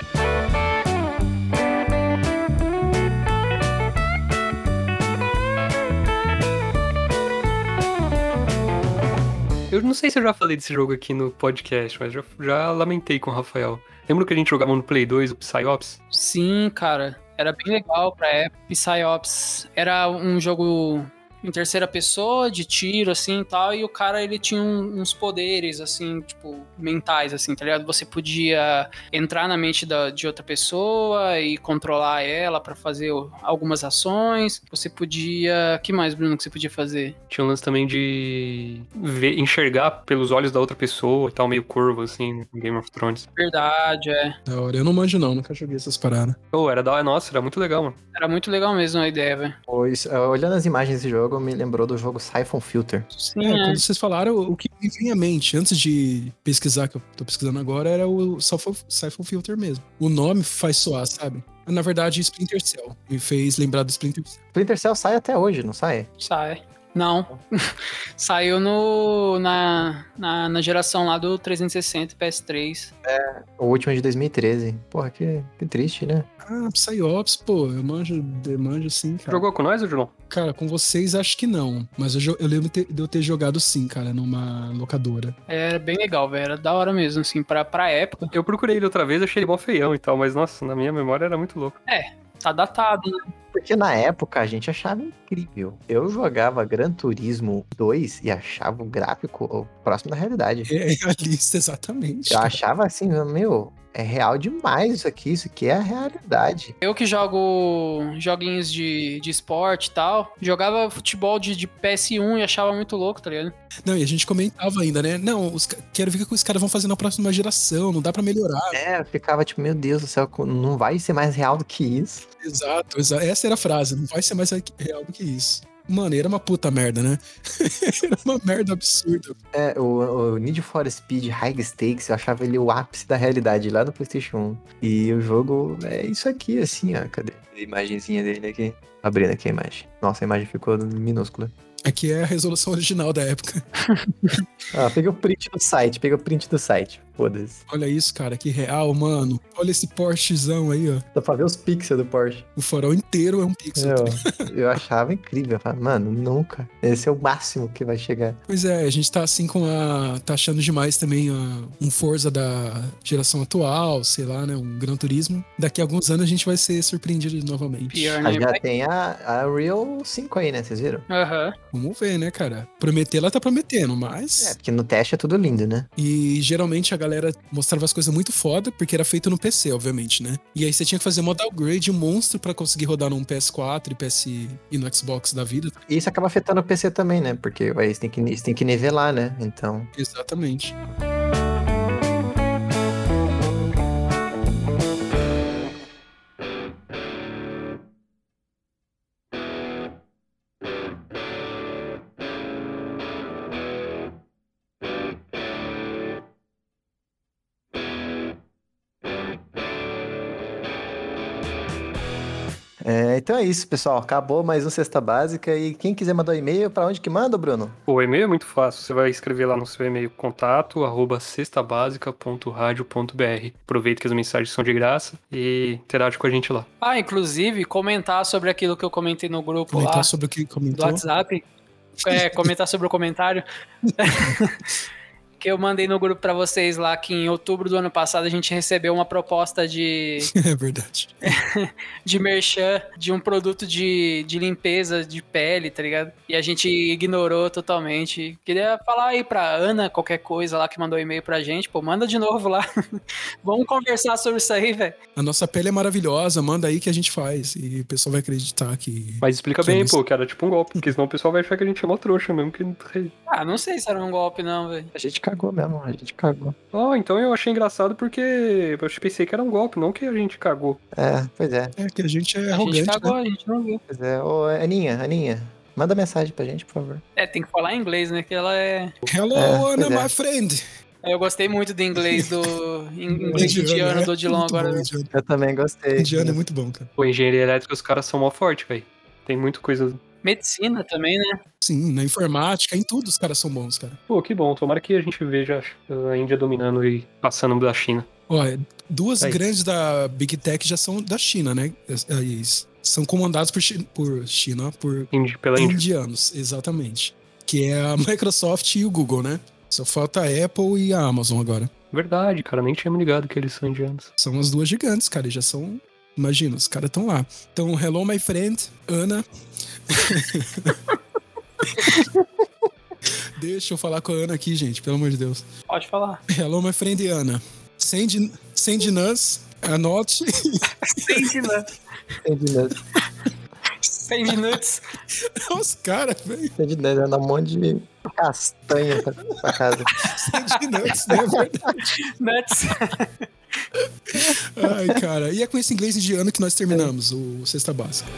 Eu não sei se eu já falei desse jogo aqui no podcast, mas já, já lamentei com o Rafael. Lembra que a gente jogava no Play 2 o Psyops?
Sim, cara. Era bem legal pra época. Psyops era um jogo em terceira pessoa, de tiro, assim e tal. E o cara, ele tinha um- uns poderes, assim, tipo, mentais, assim, tá ligado? Você podia entrar na mente da- de outra pessoa e controlar ela pra fazer o- algumas ações. Você podia. que mais, Bruno, que você podia fazer?
Tinha um lance também de ver, enxergar pelos olhos da outra pessoa e tal, meio curvo, assim, no Game of Thrones.
Verdade, é.
Da hora. Eu não manjo, não. Nunca joguei essas paradas.
Oh, era da. Nossa, era muito legal, mano.
Era muito legal mesmo a ideia, velho.
Pois, eh, olhando as imagens desse jogo, me lembrou do jogo Siphon Filter.
Sim,
É,
é.
quando vocês falaram, o que me vinha à mente antes de pesquisar, que eu tô pesquisando agora, era o Siphon Siphon Filter mesmo. O nome faz soar, sabe? Na verdade, Splinter Cell. Me fez lembrar do Splinter Cell.
Splinter Cell sai até hoje, não sai?
Sai. Não. Saiu no, na, na, na geração lá do 360 PS3.
O último é de 2013. Porra, que, que triste, né?
Ah, Psyops, pô, eu manjo, eu manjo sim, cara.
Jogou com nós, ô Julão?
Cara, com vocês acho que não. Mas eu, jo- eu lembro te- de eu ter jogado sim, cara, numa locadora.
É, Era bem legal, velho. Era da hora mesmo, assim, pra, pra época.
Eu procurei ele outra vez, achei ele mó feião e tal, mas nossa, na minha memória era muito louco.
Tá datado, né?
Porque na época a gente achava incrível. Eu jogava Gran Turismo 2 e achava o gráfico ó, próximo da realidade.
É realista, exatamente.
Eu
cara.
achava assim, meu, é real demais isso aqui, isso aqui é a realidade.
Eu que jogo joguinhos de, de esporte e tal, jogava futebol de, de PS1 e achava muito louco, tá ligado?
Não, e a gente comentava ainda, né? Não, os ca- quero ver o que os caras vão fazer na próxima geração, não dá pra melhorar.
É, eu ficava tipo, meu Deus do céu, co- não vai ser mais real do que isso.
Exato, exato. Essa era a frase, não vai ser mais re- real do que isso. Mano, era uma puta merda, né? era uma merda absurda.
É, o, o Need for Speed High Stakes, eu achava ele o ápice da realidade lá no PlayStation 1. E o jogo é isso aqui, assim, ó. Cadê a imagenzinha dele aqui? Abrindo aqui a imagem. Nossa, a imagem ficou minúscula.
Aqui é a resolução original da época.
Ah, peguei o print do site, peguei o print do site. Foda-se.
Olha isso, cara, que real, mano. Olha esse Porschezão aí, ó.
Dá pra ver os pixels do Porsche.
O farol inteiro é um pixel.
Eu, eu achava incrível. Eu falava, mano, nunca. Esse é o máximo que vai chegar.
Pois é, a gente tá assim com a. tá achando demais também a- um Forza da geração atual, sei lá, né? Um Gran Turismo. Daqui a alguns anos a gente vai ser surpreendido novamente.
Pior,
Ah,
né?
já tem a, a Real 5 aí, né? Vocês viram?
Aham.
Vamos ver, né, cara? Prometer ela tá prometendo,
É,
mas.
porque no teste é tudo lindo, né?
E geralmente a galera mostrava as coisas muito foda, porque era feito no PC, obviamente, né? E aí você tinha que fazer uma downgrade um monstro pra conseguir rodar num PS4 e PS e no Xbox da vida.
E isso acaba afetando o PC também, né? Porque aí você tem que, você tem que nivelar, né? Então.
Exatamente.
É, então é isso, pessoal. Acabou mais um Cesta Básica. E quem quiser mandar um e-mail, pra onde que manda, Bruno?
O e-mail é muito fácil, você vai escrever lá no seu e-mail contato, arroba cestabasica.radio.br. Aproveita que as mensagens são de graça e interage com a gente lá.
Ah, inclusive, comentar sobre aquilo que eu comentei no grupo
Comentar
lá.
sobre o que
do
comentou.
WhatsApp. É, comentar sobre o comentário. que eu mandei no grupo pra vocês lá que em outubro do ano passado a gente recebeu uma proposta de,
É verdade.
de merchan de um produto de, de limpeza de pele, tá ligado? E a gente ignorou totalmente. Queria falar aí pra Ana qualquer coisa lá que mandou e-mail pra gente. Pô, manda de novo lá. Vamos conversar sobre isso aí, velho.
A nossa pele é maravilhosa, manda aí que a gente faz. E o pessoal vai acreditar que.
Mas explica
Sim,
bem,
mas-
pô, que era tipo um golpe, porque senão o pessoal vai achar que a gente é uma trouxa mesmo. Que...
Ah, não sei se era um golpe, não, velho.
A gente cagou mesmo, a gente cagou.
Ó, então eu achei engraçado porque eu pensei que era um golpe, não que a gente cagou.
É, pois é,
É que a gente é
A
arrogante.
gente tá
né?
cagou, a gente não viu.
pois é. Ô, Aninha, Aninha, manda mensagem pra gente, por favor.
É, tem que falar em inglês, né? Que ela é.
Hello,
É,
Ana,
pois é.
my friend.
Eu gostei muito do inglês do. in- inglês
Indiana,
indiano
né?
do Odilon
Muito
agora.
bom,
né?
Indiana.
Eu também gostei.
Indiana é muito bom, cara.
Pô, engenharia elétrica, os caras são mó forte, velho. Tem muita coisa.
Medicina também, né?
Sim, na informática, em tudo os caras são bons, cara.
Pô, que bom. Tomara que a gente veja a Índia dominando e passando da China.
Ó, é, duas
Aí.
grandes da Big Tech já são da China, né? É, é, isso. São comandados por, chi- por China, ó, por
Índia, pela Índia.
indianos, exatamente. Que é a Microsoft e o Google, né? Só falta a Apple e a Amazon agora.
Verdade, cara. Nem tinha me ligado que eles são indianos.
São as duas gigantes, cara. E já são. Imagina, os caras estão lá. Então, hello, my friend, Ana. Deixa eu falar com a Ana aqui, gente, pelo amor de Deus.
Pode falar.
Hello, my friend, Ana. Send, send nuns, anote.
Send nuts.
Entendi mesmo.
Send nuts.
Os caras, velho.
Entendi mesmo. Anda um monte de castanha pra, pra casa.
Send nuns, né, velho?
Nuts.
Ai, cara. E é com esse inglês indiano que nós terminamos o Sexta Básica.